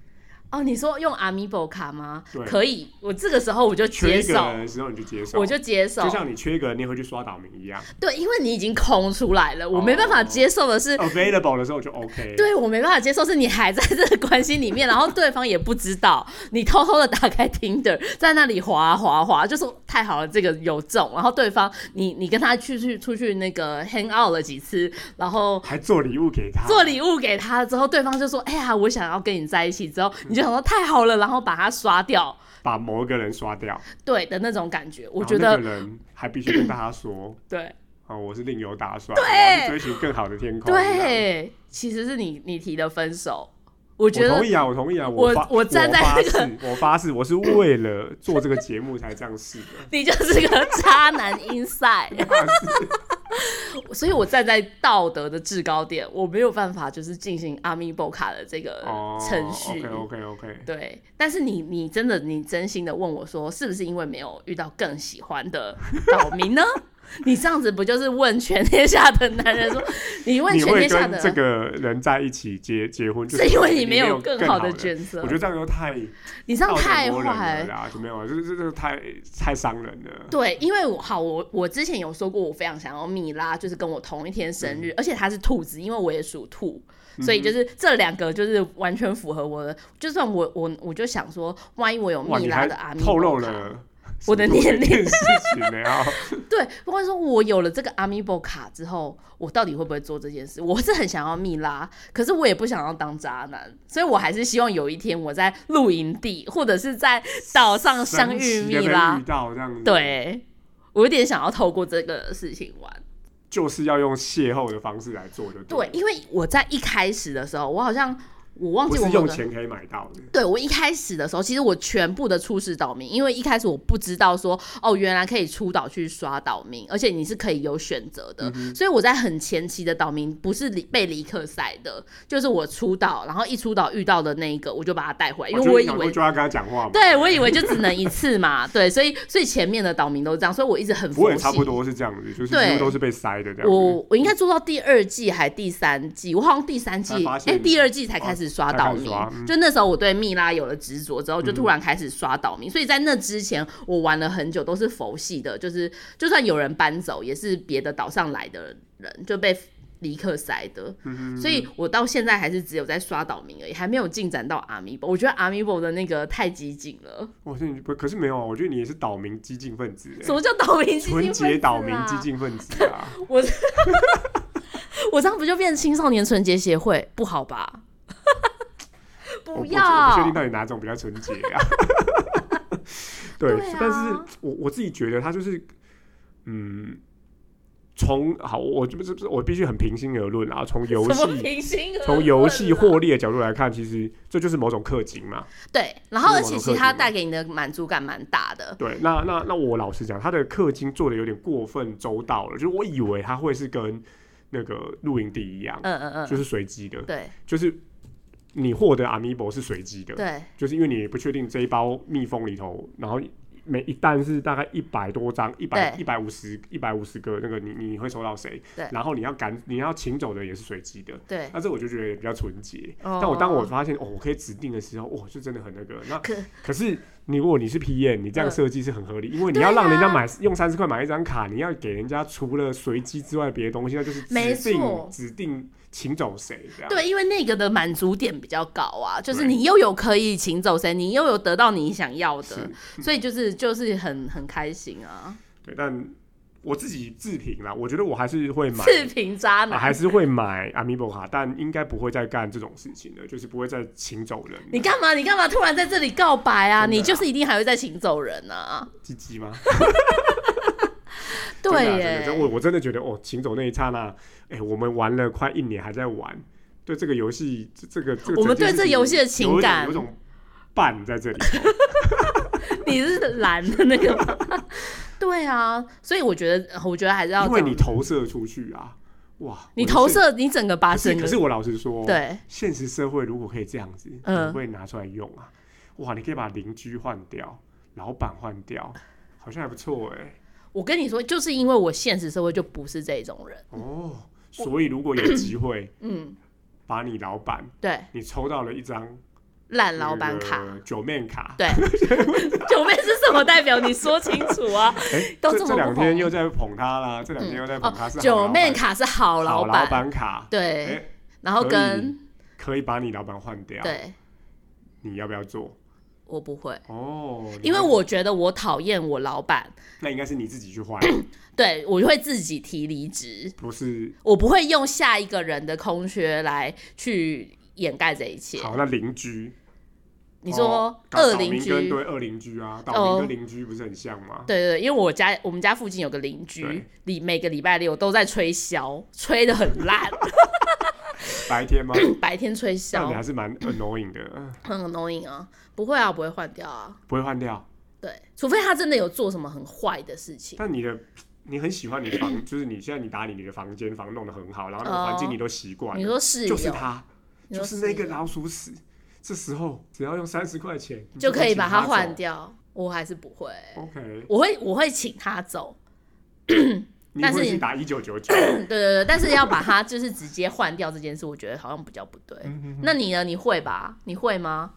S2: 哦，你说用 Amiibo 卡吗？
S1: 对
S2: 可以，我这个时候我就
S1: 缺
S2: 接
S1: 一个
S2: 受
S1: 人，的时候你就接受，
S2: 我就接受
S1: 就。像你缺一个人，你也会去刷岛民一样。
S2: 对，因为你已经空出来了，我没办法
S1: 哦
S2: 接受的是
S1: Available 的时候就 OK。
S2: 对我没办法接受，是你还在这个关系里面，然后对方也不知道，你偷偷的打开 Tinder，在那里滑啊滑滑，就说太好了，这个有中。然后对方，你你跟他去去出去那个 hang out 了几次，然后
S1: 还做礼物给他，
S2: 做礼物给他之后，对方就说：“哎呀，我想要跟你在一起。”之后你就想说太好了，然后把他刷掉，
S1: 把某一个人刷掉。
S2: 对的那种感觉，我
S1: 然后
S2: 觉
S1: 那
S2: 得
S1: 个人还必须跟大家说。
S2: 对
S1: 哦，我是另有打算，
S2: 对
S1: 我要去追寻更好的天空。这样，
S2: 对，其实是你你提的分手，我觉
S1: 我
S2: 得
S1: 同意啊，我同意啊，
S2: 我
S1: 发
S2: 我
S1: 我
S2: 站在
S1: 发
S2: 那个
S1: 誓，我发誓，我是为了做这个节目才这样试的。
S2: 你就是个渣 男 inside。所以我站在道德的制高点，我没有办法就是进行阿米波卡的这个
S1: 哦，
S2: 呃程序。
S1: OK OK OK，
S2: 对，但是你你真的你真心的问我说，是不是因为没有遇到更喜欢的岛民呢？ 你这样子不就是问全天下的男人说，你问
S1: 你
S2: 全
S1: 会
S2: 天下
S1: 跟
S2: 的，啊
S1: 这个人在一起结结婚，就是
S2: 因为你
S1: 你
S2: 没
S1: 有
S2: 更
S1: 好
S2: 的
S1: 选
S2: 选择
S1: 我觉。得这样又太
S2: 你这样
S1: 道德
S2: 太
S1: 磨人啊了
S2: 坏。
S1: 啦，就没有，这这这太太伤人了。
S2: 对，因为我好，我我之前有说过，我非常想要米拉，就是跟我同一天生
S1: 嗯
S2: 日，而且她是兔子，因为我也属兔，所以就是这两个就是完全符合我的。就算我我我就想说，万一我有
S1: 哇，
S2: 米
S1: 你
S2: 拉
S1: 还
S2: 的阿米，
S1: 透露，了
S2: 我的
S1: 什么
S2: 年龄
S1: 事情呢？ 啊，
S2: 对，不管说我有了这个 Amiibo 卡之后，我到底会不会做这件事？我是很想要蜜拉，可是我也不想要当渣男，所以我还是希望有一天我在露营地或者是在岛上相
S1: 神
S2: 遇
S1: 奇地
S2: 蜜
S1: 被
S2: 拉
S1: 遇。到这样子，，
S2: 对，我有点想要透过这个事情玩。
S1: 就是要用邂逅的方式来做，就
S2: 对，因为我在一开始的时候，我好像我忘
S1: 不
S2: 记
S1: 是
S2: 我
S1: 用
S2: 们的。
S1: 钱可以买到的。
S2: 对我一开始的时候，其实我全部的初始岛民，因为一开始我不知道说哦，原来可以出岛去刷岛民，而且你是可以有选择的，
S1: 嗯
S2: 所以我在很前期的岛民不是离被离克赛的，就是我出岛，然后一出岛遇到的那一个，我就把它带回来，因
S1: 哦
S2: 为
S1: 就
S2: 我
S1: 是
S2: 以
S1: 想
S2: 为
S1: 说就要跟他讲话嘛。
S2: 对我以为就只能一次嘛，对，所以所以前面的岛民都这样，所以我一直很
S1: 我
S2: 佛
S1: 也
S2: 系
S1: 差不多是这样子，就是几
S2: 对
S1: 乎都是被塞的这样子。
S2: 我我应该做到第二季还第三季，我好像第三季
S1: 才
S2: 哎
S1: 发、现哦
S2: 诶第二季才开始刷岛民，
S1: 才开始刷嗯
S2: 就那时候我对蜜拉有了执着之后，就突然开始刷岛民，所以在那之前我玩了很久都是佛系的，就是就算有人搬走，也是别的岛上来的人就被。离克塞的，
S1: 嗯
S2: 所以我到现在还是只有在刷岛民而已，还没有进展到阿米 o 我觉得阿米 o 的那个太激进了。
S1: 我说你不，可是没有啊，我觉得你也是岛民激进分子、
S2: 什
S1: 欸，
S2: 么叫岛民 激进
S1: 纯
S2: 分子啊？
S1: 洁岛民激进分子啊！
S2: 我这样不就变青少年纯洁协会？不好吧？
S1: 我
S2: 不
S1: 我我不确
S2: 要
S1: 定，到底哪种比较纯洁 啊。对，
S2: 对啊
S1: 但是我我自己觉得他就是，嗯，从好，我这不是不是，我必须很平心而论啊，从游
S2: 什么
S1: 戏。
S2: 平心而论啊
S1: 从游戏获利的角度来看，其实这就是某种氪金嘛。
S2: 对，然
S1: 是
S2: 后而
S1: 某
S2: 且
S1: 种
S2: 其实
S1: 氪
S2: 它
S1: 金
S2: 带给你的满足感蛮大的。
S1: 对，那那那我老实讲，他的氪金做的有点过分周到了，就是我以为他会是跟那个露营地一样，
S2: 嗯嗯
S1: 就
S2: 嗯，
S1: 是随机的，
S2: 对
S1: 就是你获得 Amiibo 是随机的，
S2: 对，
S1: 就是因为你不确定这一包蜜蜂里头，然后每一单是大概一百多张，一百一百五十一百五十个那个你你会抽到谁
S2: 对，
S1: 然后你要赶你要请走的也是随机的，
S2: 对。
S1: 那这我就觉得比较纯洁。
S2: 哦
S1: 但我当我发现哦，我可以指定的时候，哇，就真的很那个。那
S2: 可
S1: 可是你如果你是 P N，你这样
S2: 嗯
S1: 设计是很合理，因为你
S2: 对
S1: 要让人家
S2: 啊
S1: 买、用三十块买一张卡，你要给人家除了随机之外别的东西，那就是
S2: 没
S1: 指定
S2: 错
S1: 指定请走谁这样。
S2: 对，因为那个的满足点比较高啊，就是
S1: 对
S2: 你又有可以请走谁，你又有得到你想要的，
S1: 是
S2: 所以就是就是很很开心啊。
S1: 对，但我自己自评啦，我觉得我还是会买。
S2: 赤贫渣
S1: 啊
S2: 男，
S1: 还是会买 Amiibo 卡，但应该不会再干这种事情了，就是不会再请走人。
S2: 你干嘛？你干嘛突然在这里告白啊？
S1: 真的啊
S2: 你就是一定还会再请走人啊？
S1: 鸡鸡吗？真的啊真的真
S2: 对
S1: 的
S2: 耶，
S1: 我我真的觉得哦，请走那一刹那，哎、我们玩了快一年还在玩，对这个游戏，这这个这个
S2: 我们
S1: 整件
S2: 对
S1: 事
S2: 这
S1: 情
S2: 游戏的情
S1: 有一种
S2: 感
S1: 有一种伴在这里。
S2: 你是蓝的那个吗？ 对啊，所以我觉得，我觉得还是要
S1: 因为
S2: 这样
S1: 你投射出去啊，哇！
S2: 你
S1: 我的
S2: 投
S1: 现
S2: 射，啊你整个把
S1: 可是
S2: 整
S1: 可
S2: 个
S1: 是我老实说，，
S2: 对
S1: 现实社会如果可以这样子，
S2: 嗯
S1: 你会拿出来用啊？哇，你可以把邻居换掉，老板换掉，好像还不错哎、
S2: 我跟你说，就是因为我现实社会就不是这种人，
S1: 哦，所以如果有机会
S2: 嗯，
S1: 把你老板，
S2: 对，
S1: 你抽到了一张
S2: 烂老板卡。，
S1: 九面卡，
S2: 对，九妹是什么代表？你说清楚啊！
S1: 哎，
S2: 都
S1: 这
S2: 这么
S1: 这两
S2: 不红哦
S1: 天又在捧他啦，这两天又在捧他是好老
S2: 九
S1: 板
S2: 妹卡是好
S1: 好
S2: 老
S1: 老
S2: 板，
S1: 板卡，
S2: 对
S1: 哎，，
S2: 然后
S1: 可以
S2: 跟
S1: 可以把你老板换掉，
S2: 对，
S1: 你要不要做？
S2: 我不会，
S1: 哦，你
S2: 因为
S1: 会
S2: 我觉得我讨厌我老板，
S1: 那应该是你自己去换，
S2: 对我就会自己提离职，
S1: 不是。
S2: 我不会用下一个人的空缺来去掩盖这一切。
S1: 好，那邻居，
S2: 你
S1: 哦
S2: 说
S1: 搞
S2: 二
S1: 岛
S2: 邻
S1: 民
S2: 居，
S1: 跟
S2: 对
S1: 对二邻居啊，
S2: 哦
S1: 岛民跟邻居不是很像吗？
S2: 对对，因为我家我们家附近有个邻居
S1: 对，
S2: 里每个礼拜六都在吹箫，吹的很烂，
S1: 白天 吗？
S2: 白天吹
S1: 那你还
S2: 箫
S1: 是 蛮 annoying 的，嗯
S2: 很 annoying 啊，不会啊，不会换掉啊，
S1: 不会换掉。
S2: 对，除非他真的有做什么很坏的事情，
S1: 但你的你很喜欢你的 房，就是你现在你打理你的房间，房弄得很好，然后那个环境
S2: 哦
S1: 你都习惯
S2: 你
S1: 了，
S2: 说室
S1: 就是
S2: 友，
S1: 它，
S2: 你
S1: 就
S2: 说
S1: 是
S2: 室
S1: 那个
S2: 友
S1: 老鼠屎。这时候只要用三十块钱你
S2: 就可以
S1: 请
S2: 把
S1: 它
S2: 它换
S1: 走。
S2: 掉，我还是不会，
S1: OK，
S2: 我会我会请他走，
S1: 你
S2: 但是
S1: 会去
S2: 你
S1: 打一九九 九，
S2: 对对对，但是要把它就是直接换掉这件事，我觉得好像比较不对。
S1: 嗯
S2: 那你呢？你会吧？你会吗？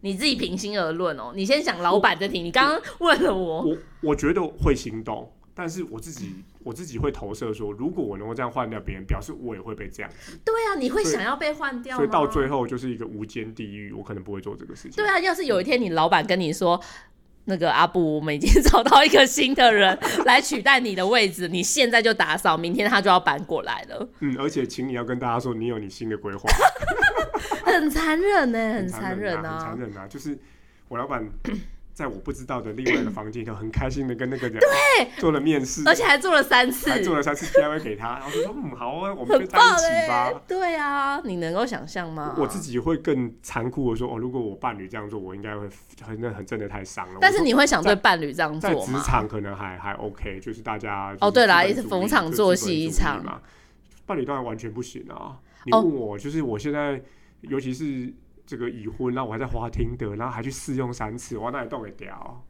S2: 你自己平心而论哦，你先想老板的听，你刚刚问了我，
S1: 我我觉得会心动，但是我自己我自己会投射说，如果我能够这样换掉别人，表示我也会被这样，
S2: 对啊，你会
S1: 所以
S2: 想要被换掉
S1: 所
S2: 吗？
S1: 以到最后就是一个无间地狱，我可能不会做这个事情。
S2: 对啊，要是有一天你老板跟你说，那个阿布，我们已经找到一个新的人来取代你的位置，你现在就打扫，明天他就要搬过来了，
S1: 嗯，而且请你要跟大家说，你有你新的规划，
S2: 很残忍呢、很残
S1: 残
S2: 忍
S1: 啊，很
S2: 啊
S1: 残。忍啊，就是我老 板。在我不知道的另外一个房间里头，很开心的跟那个人做了面试，
S2: 而且还做了三次，
S1: 还做了三次 DIY 给他，然后就说嗯好啊，我们就
S2: 很
S1: 在
S2: 棒欸
S1: 一起
S2: 哎、
S1: 吧。
S2: 对啊，你能够想象吗？
S1: 我自己会更残酷的说哦，如果我伴侣这样做，我应该会很那很真的太伤了。
S2: 但是
S1: 我说
S2: 你会想对伴侣这样
S1: 在
S2: 做
S1: 职
S2: 吗？
S1: 场可能还还 OK，就是大家就是
S2: 哦对啦
S1: 资
S2: 一直
S1: 本主义
S2: 逢场
S1: 就
S2: 作
S1: 资本
S2: 戏一
S1: 主义
S2: 场
S1: 嘛，伴侣当然完全不行啊。你
S2: 哦
S1: 问我，就是我现在尤其是这个已婚，然后我还在花听的，然后还去试用三次，我哪里动得掉？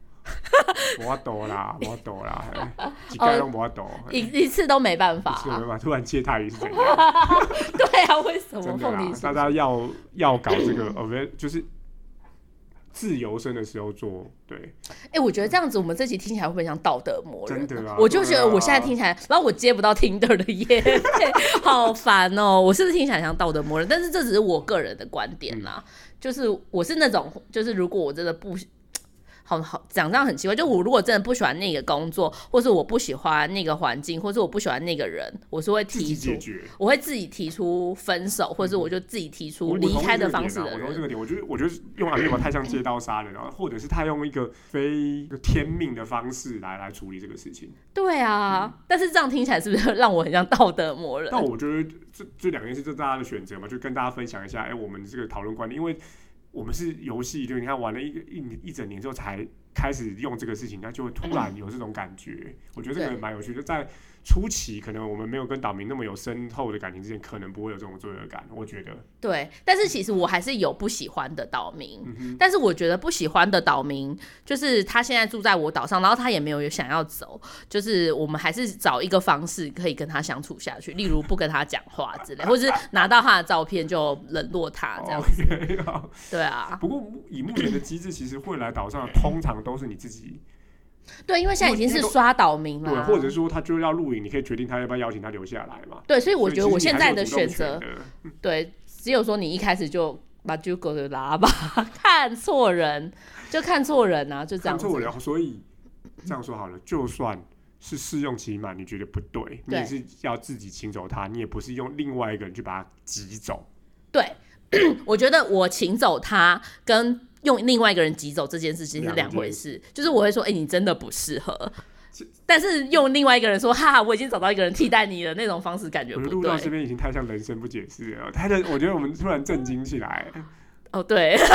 S1: 我抖啦，我抖啦，嘿几
S2: 哦
S1: 盖都我抖。
S2: 一一次都没办法、
S1: 是
S2: 啊，
S1: 没办法，突然接泰语是怎样？
S2: 对啊，为什么
S1: 真的
S2: 凤
S1: 啦
S2: 梨，
S1: 大
S2: 酥？
S1: 家要要搞这个，呃，不是就是自由身的时候做，对，
S2: 哎、我觉得这样子，我们这集听起来会不会像道德魔人、
S1: 真的啊
S2: 我就觉
S1: 对
S2: 得
S1: 啊
S2: 我现在听起来，然后我接不到 Tinder 的耶， 好烦哦、我是不是听起来像道德魔人？但是这只是我个人的观点啦，
S1: 嗯
S2: 就是我是那种，就是如果我真的不。好好讲这样很奇怪，就我如果真的不喜欢那个工作，或是我不喜欢那个环境，或是我不喜欢那个人，我是会
S1: 自己
S2: 提出
S1: 解决。
S2: 我会自己提出分手，或者是我就自己提出
S1: 我
S2: 离开的方式
S1: 我
S2: 的
S1: 同意
S2: 人。
S1: 这个点啊，我同意这个点我觉得我觉得用阿密宝太像借刀杀人了，或者是他用一个非天命的方式来来处理这个事情。
S2: 对啊，但是这样听起来是不 是让我很像道德魔人？
S1: 嗯但我觉得这这两件事，这大家的选择嘛，就跟大家分享一下，哎、我们这个讨论观点，因为我们是游戏，就你看玩了一个一一整年之后才开始用这个事情，那就会突然有这种感觉。我觉得这个
S2: 对
S1: 蛮有趣的，在初期可能我们没有跟岛民那么有深厚的感情之前，可能不会有这种罪恶感，我觉得。
S2: 对，但是其实我还是有不喜欢的岛民，
S1: 嗯
S2: 但是我觉得不喜欢的岛民就是他现在住在我岛上，然后他也没有想要走，就是我们还是找一个方式可以跟他相处下去，例如不跟他讲话之类，或是拿到他的照片就冷落他啊这样子。
S1: 哦 OK，好。
S2: 对啊，
S1: 不过目以目前的机制，其实会来岛上的通常都是你自己，
S2: 对，因为现在已经是刷岛民了
S1: 对，
S2: 啊，
S1: 或者说他就要录影，你可以决定他要不要邀请他留下来嘛。
S2: 对，所以我觉得
S1: 所以
S2: 我
S1: 其实
S2: 现
S1: 你还
S2: 在
S1: 是有
S2: 的
S1: 主动
S2: 选
S1: 权
S2: 择，
S1: 的
S2: 对，只有说你一开始就把 j u g o 的拉吧， 看错人就看错人啊，就这样
S1: 看
S2: 子。
S1: 错了，所以这样说好了，就算是试用期满，你觉得不对，你也是要自己请走他，你也不是用另外一个人去把他挤走。
S2: 对，我觉得我请走他跟用另外一个人挤走这件事情是
S1: 两
S2: 两
S1: 件
S2: 回事，就是我会说，哎、你真的不适合。但是用另外一个人说，哈哈，我已经找到一个人替代你了，那种方式感觉
S1: 我们
S2: 不
S1: 录到这
S2: 对。
S1: 边已经太像人生不解释了，太像，我觉得我们突然震惊起来。
S2: 哦，对，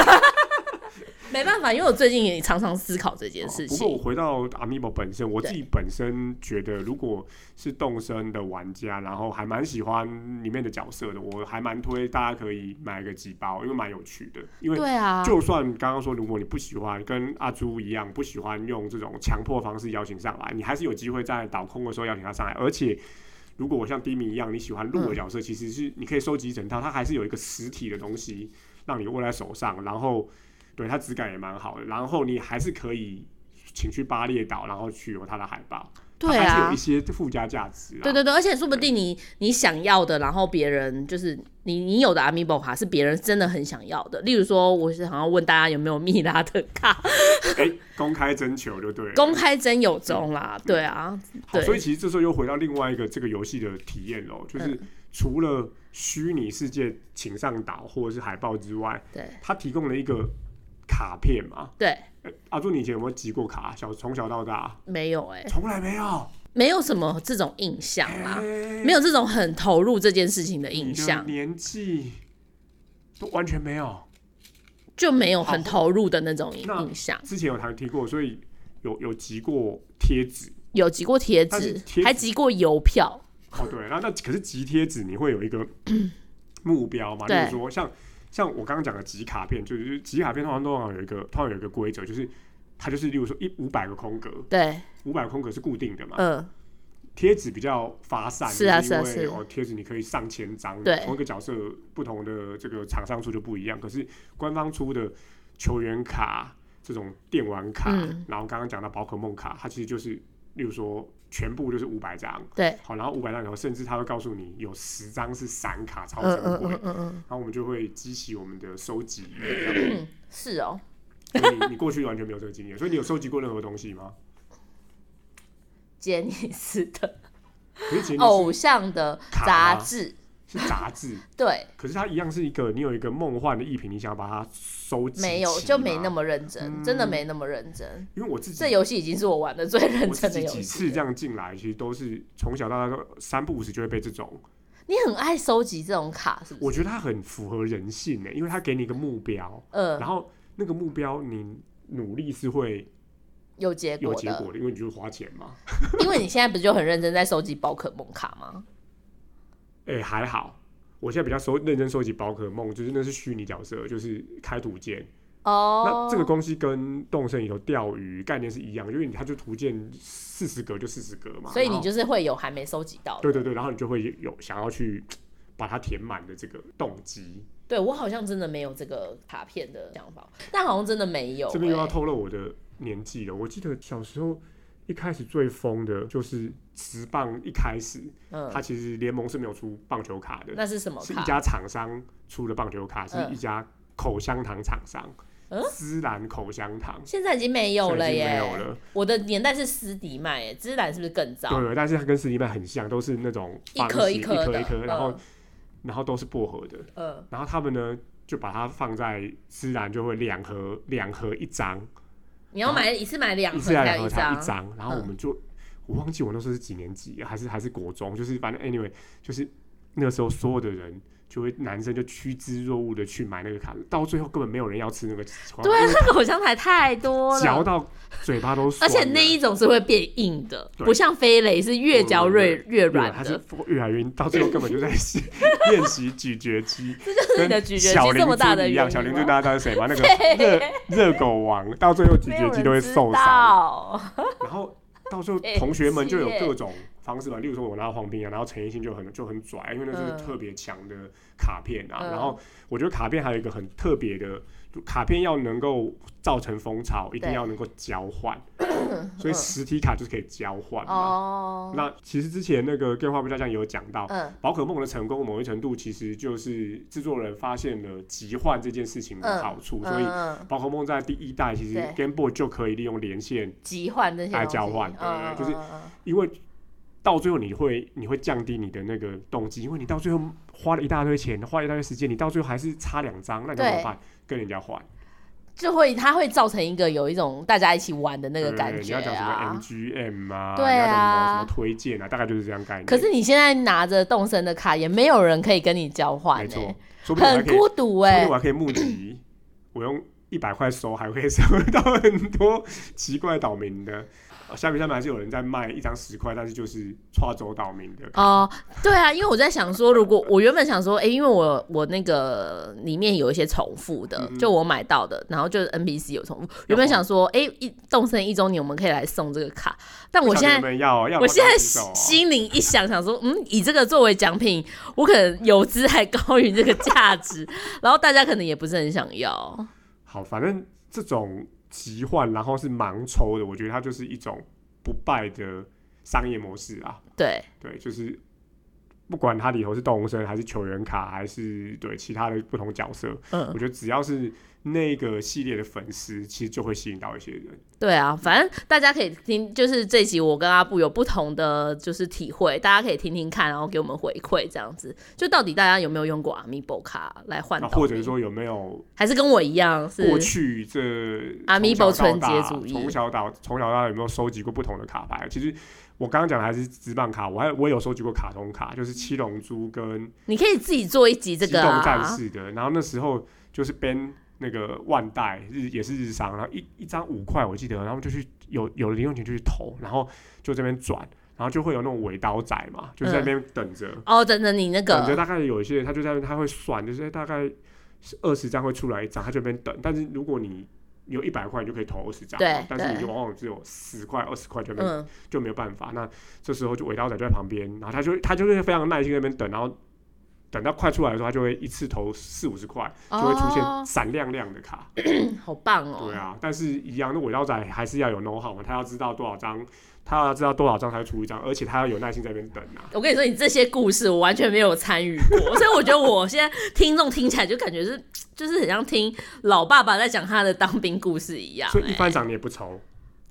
S2: 没办法，因为我最近也常常思考这件事
S1: 啊不过我
S2: 情。
S1: 回到 Amiibo 本身，我自
S2: 对
S1: 己本身觉得，如果是动身的玩家，然后还蛮喜欢里面的角色的，我还蛮推大家可以买个几包，因为蛮有趣的。因为
S2: 对啊，
S1: 就算刚刚说，如果你不喜欢跟阿朱一样，不喜欢用这种强迫方式邀请上来，你还是有机会在倒空的时候邀请他上来。而且，如果我像低迷一样，你喜欢鹿的角色，其实是你可以收集一整套，它还是有一个实体的东西让你握在手上，然后对它质感也蛮好的，然后你还是可以请去巴列岛，然后取有它的海报，
S2: 对
S1: 它还是有
S2: 啊
S1: 一，些附加价值啊。
S2: 对对对，而且说不定你你想要的，然后别人就是你你有的 Amiibo 卡是别人真的很想要的。例如说，我是想要问大家有没有蜜拉的卡，
S1: 哎，公开征求就对了，
S2: 公开真有中啦，对啊，
S1: 好，
S2: 对嗯
S1: 所以其实这时候又回到另外一个这个游戏的体验咯，就是除了虚拟世界请上岛或者是海报之外，
S2: 对
S1: 它提供了一个卡片嘛。
S2: 对，
S1: 呃阿朱，你以前有没有集过卡？小从小到大，
S2: 没有哎、
S1: 从来没有，
S2: 没有什么这种印象啦，
S1: 哎
S2: 没有这种很投入这件事情的
S1: 嗯你
S2: 印
S1: 的
S2: 象，
S1: 年纪都完全没有。
S2: 就没有很投入的那种
S1: 那
S2: 印象。
S1: 之前有谈提过，所以有有集过贴纸。
S2: 有集过贴
S1: 但是
S2: 纸
S1: 贴纸，
S2: 还集过邮票，
S1: 哦，对，然后那可是集贴纸，你会有一个目标嘛？就
S2: 对
S1: 是说，像像我刚刚讲的集卡片，就是集卡片通常通常有一个通常有一个规则，就是它就是例如说一五百个空格，
S2: 对，
S1: 五百个空格是固定的嘛。
S2: 嗯，
S1: 贴纸比较发散，
S2: 是啊
S1: 就是因
S2: 是啊
S1: 为
S2: 是
S1: 哦，贴纸你可以上千张，
S2: 对
S1: 同一个角色不同的这个厂商出就不一样。可是官方出的球员卡、这种电玩卡，
S2: 嗯
S1: 然后刚刚讲到宝可梦卡，它其实就是，例如说全部就是五百张，
S2: 对，
S1: 好，然后五百张以后，甚至他会告诉你有十张是散卡，超
S2: 嗯
S1: 珍
S2: 嗯
S1: 贵，
S2: 嗯嗯嗯，
S1: 然后我们就会激起我们的收集欲。
S2: 是哦，
S1: 所以你你过去完全没有这个经验，所以你有收集过任何东西吗？
S2: 杰尼斯的
S1: 可是其实你是
S2: 偶像的
S1: 卡
S2: 杂
S1: 吗
S2: 志，
S1: 是杂志，
S2: 对，
S1: 可是它一样是一个，你有一个梦幻的艺品，你想要把它收集，
S2: 没有就没那
S1: 么。
S2: 么认真，真的没那么认真。
S1: 因为嗯我自己
S2: 这游戏已经是我玩的最认
S1: 我自
S2: 真的
S1: 己
S2: 游
S1: 几
S2: 戏
S1: 次
S2: 了
S1: 这。样进来，其实都是从小到大都三不五时就会被这种。
S2: 你很爱收集这种卡，是不
S1: 我
S2: 是？
S1: 觉得它很符合人性欸呢，因为它给你一个目标，
S2: 嗯
S1: 然，后那个目标你努力是会
S2: 有结
S1: 有
S2: 果
S1: 结
S2: 的，
S1: 果的， 因为你就是花钱嘛。
S2: 因为你现在不就很认真在收集宝可梦卡吗？
S1: 哎、还好，我现在比较收认真收集宝可梦，就是那是虚拟角色，就是开图鉴。
S2: 哦
S1: 那，这个东西跟动森里头钓鱼概念是一样的，因为你它就图鉴四十格就四十格嘛，
S2: 所以你
S1: 然后
S2: 就是会有还没收集到的。
S1: 对对对，然后你就会有想要去把它填满的这个动机。
S2: 对我好像真的没有这个卡片的想法，但好像真的没有、
S1: 这边又要
S2: 欸
S1: 透露我的年纪了，我记得小时候。一开始最疯的就是直棒，一开始它
S2: 嗯，
S1: 其实联盟是没有出棒球卡的，
S2: 那是什么
S1: 是一
S2: 卡？
S1: 家厂商出的棒球卡，是
S2: 嗯
S1: 一家口香糖厂商，
S2: 嗯
S1: 芝兰口香糖。
S2: 现在已经没有了
S1: 现
S2: 耶！
S1: 在已经没有了
S2: 我的年代是斯迪麦耶，芝欸兰是不是更早？
S1: 对，但是它跟史迪曼很像，都是那种
S2: 一
S1: 方
S2: 颗
S1: 形
S2: 一
S1: 一
S2: 颗
S1: 颗
S2: 的
S1: 一颗，然后
S2: 嗯
S1: 然后都是薄荷的。
S2: 嗯，
S1: 然后他们呢，就把它放在芝兰，就会两盒两盒一张，
S2: 你要买一次买两
S1: 一
S2: 盒
S1: 次要
S2: 才
S1: 两盒
S2: 有一
S1: 才
S2: 张，嗯
S1: 一张。然后我们就我忘记我那时候是几年级，还是还是国中，就是反正 anyway，就是那个时候所有的人就会男生就趋之若鹜的去买那个卡，到最后根本没有人要吃那个黄瓜，
S2: 对，啊那个口香糖太多
S1: 嚼
S2: 了，
S1: 到嘴巴都酸
S2: 而
S1: 了，
S2: 且那一种是会变硬的，
S1: 对
S2: 不像飞雷是越嚼越越
S1: 哦对
S2: 软
S1: 它是
S2: 的。
S1: 越来越硬，到最后根本就在 练习咀嚼肌，这就是
S2: 你的咀嚼肌
S1: 小
S2: 这
S1: 灵
S2: 么大
S1: 珠
S2: 的
S1: 一样，
S2: 原
S1: 小
S2: 因
S1: 灵珠
S2: 吗
S1: 大家知道是谁吗？那个热热狗王，到最后咀
S2: 没
S1: 嚼
S2: 有
S1: 肌都会
S2: 人
S1: 受
S2: 知
S1: 伤，
S2: 道，
S1: 然后到时候
S2: 北
S1: 同学们就有
S2: 七耶
S1: 各种方式嘛，例如说我拿到黄冰啊，然后陈奕迅就很就很拽，因为那
S2: 嗯
S1: 是特别强的卡片啊。
S2: 嗯
S1: 然后我觉得卡片还有一个很特别的，就卡片要能够造成风潮，一定
S2: 对嗯
S1: 要能够交换， 所以实体卡就是可以交换嘛。
S2: 哦，
S1: 那其实之前那个《电话不加酱》也有讲到，
S2: 嗯
S1: 宝可梦的成功某一程度其实就是制作人发现了集换这件事情的
S2: 嗯
S1: 好处，
S2: 嗯
S1: 所以
S2: 嗯
S1: 宝可梦在第一代其实
S2: 对
S1: Game Boy 就可以利用连线
S2: 急换这些
S1: 爱
S2: 东
S1: 交
S2: 西
S1: 换对
S2: 嗯
S1: 就是
S2: 嗯嗯嗯
S1: 因为到最后你会你会降低你的那个动机，因为你到最后花了一大堆钱，花了一大堆时间，你到最后还是差两张，那你要怎么
S2: 对
S1: 办？跟人家换，
S2: 就会它会造成一个有一种大家一起玩的那个
S1: 对
S2: 感
S1: 你
S2: 觉
S1: 要讲什么
S2: 啊。
S1: MGM 啊，
S2: 对
S1: 你要讲什么
S2: 啊
S1: 什么推荐啊，大概就是这样概念。
S2: 可是你现在拿着动森的卡，也没有人可以跟你交换
S1: 没
S2: 欸、
S1: 错，说不定我还
S2: 很
S1: 可以，
S2: 孤独
S1: 说不
S2: 哎、
S1: 定我还可以募集，我用一百块收，还会收到很多奇怪岛民的。 呃虾皮上面还是有人在卖一张十块，但是就是跨州岛民的。
S2: 哦，对啊，因为我在想说，如果我原本想说，哎、因为我我那个里面有一些重复的，
S1: 嗯嗯
S2: 就我买到的，然后就是 NPC 有重复，原本想说，哎、一动森一周年我们可以来送这个卡，但我现在
S1: 不晓得有没有要要有没有
S2: 我现在
S1: 举手哦
S2: 心里一想，想说，嗯，以这个作为奖品，我可能游资还高于这个价值， 然后大家可能也不是很想要。
S1: 好，反正这种集换然后是盲抽的，我觉得它就是一种不败的商业模式啊。
S2: 对，
S1: 对，就是不管它里头是动物生还是球员卡，还是对其他的不同角色，
S2: 嗯
S1: 我，觉得只要是那个系列的粉丝，其实就会吸引到一些人。
S2: 对啊，反正大家可以听，就是这集我跟阿布有不同的就是体会，大家可以听听看，然后给我们回馈这样子。就到底大家有没有用过 Amiibo 卡来换
S1: 那
S2: 岛
S1: 或者
S2: 民
S1: 说有没有
S2: 还是跟我一样
S1: 过
S2: 是？
S1: 去这
S2: Amiibo
S1: 从小到
S2: 纯洁
S1: 大
S2: 主义
S1: 从小到从小到大有没有收集过不同的卡牌？其实我刚刚讲的还是直棒卡，我还我也有收集过卡通卡，就是七龙珠跟
S2: 你可以自己做一集这
S1: 机
S2: 个
S1: 动战
S2: 啊。
S1: 士的。然后那时候就是编那个万代日也是日商，然后一一张五块我记得，然后就去有有了零用钱就去投，然后就这边转，然后就会有那种尾刀仔嘛，就是在
S2: 嗯
S1: 那边等着。
S2: 哦，等等，你那
S1: 等着
S2: 个
S1: 大概有一些人，他就在那边他会算，就是大概二十张会出来一张，他就在那边等。但是如果你有一百块，你就可以投二十张嘛，
S2: 对
S1: 但是你
S2: 对
S1: 就往往只有十块、二十块就没、
S2: 嗯，
S1: 就没有办法。那这时候就尾刀仔就在旁边，然后他就他就是非常耐心在那边等，然后等到快出来的时候，他就会一次投四五十块，就会出现
S2: 哦
S1: 闪亮亮的卡。
S2: 好棒哦。
S1: 对啊，但是一样，那尾刀仔还是要有 know how 嘛，他要知道多少张，他要知道多少张才会出一张，而且他要有耐心在那边等啊。
S2: 我跟你说，你这些故事我完全没有参与过，所以我觉得我现在听众听起来就感觉是，就是很像听老爸爸在讲他的当兵故事一样、
S1: 所以一
S2: 欸
S1: 番赏你也不愁。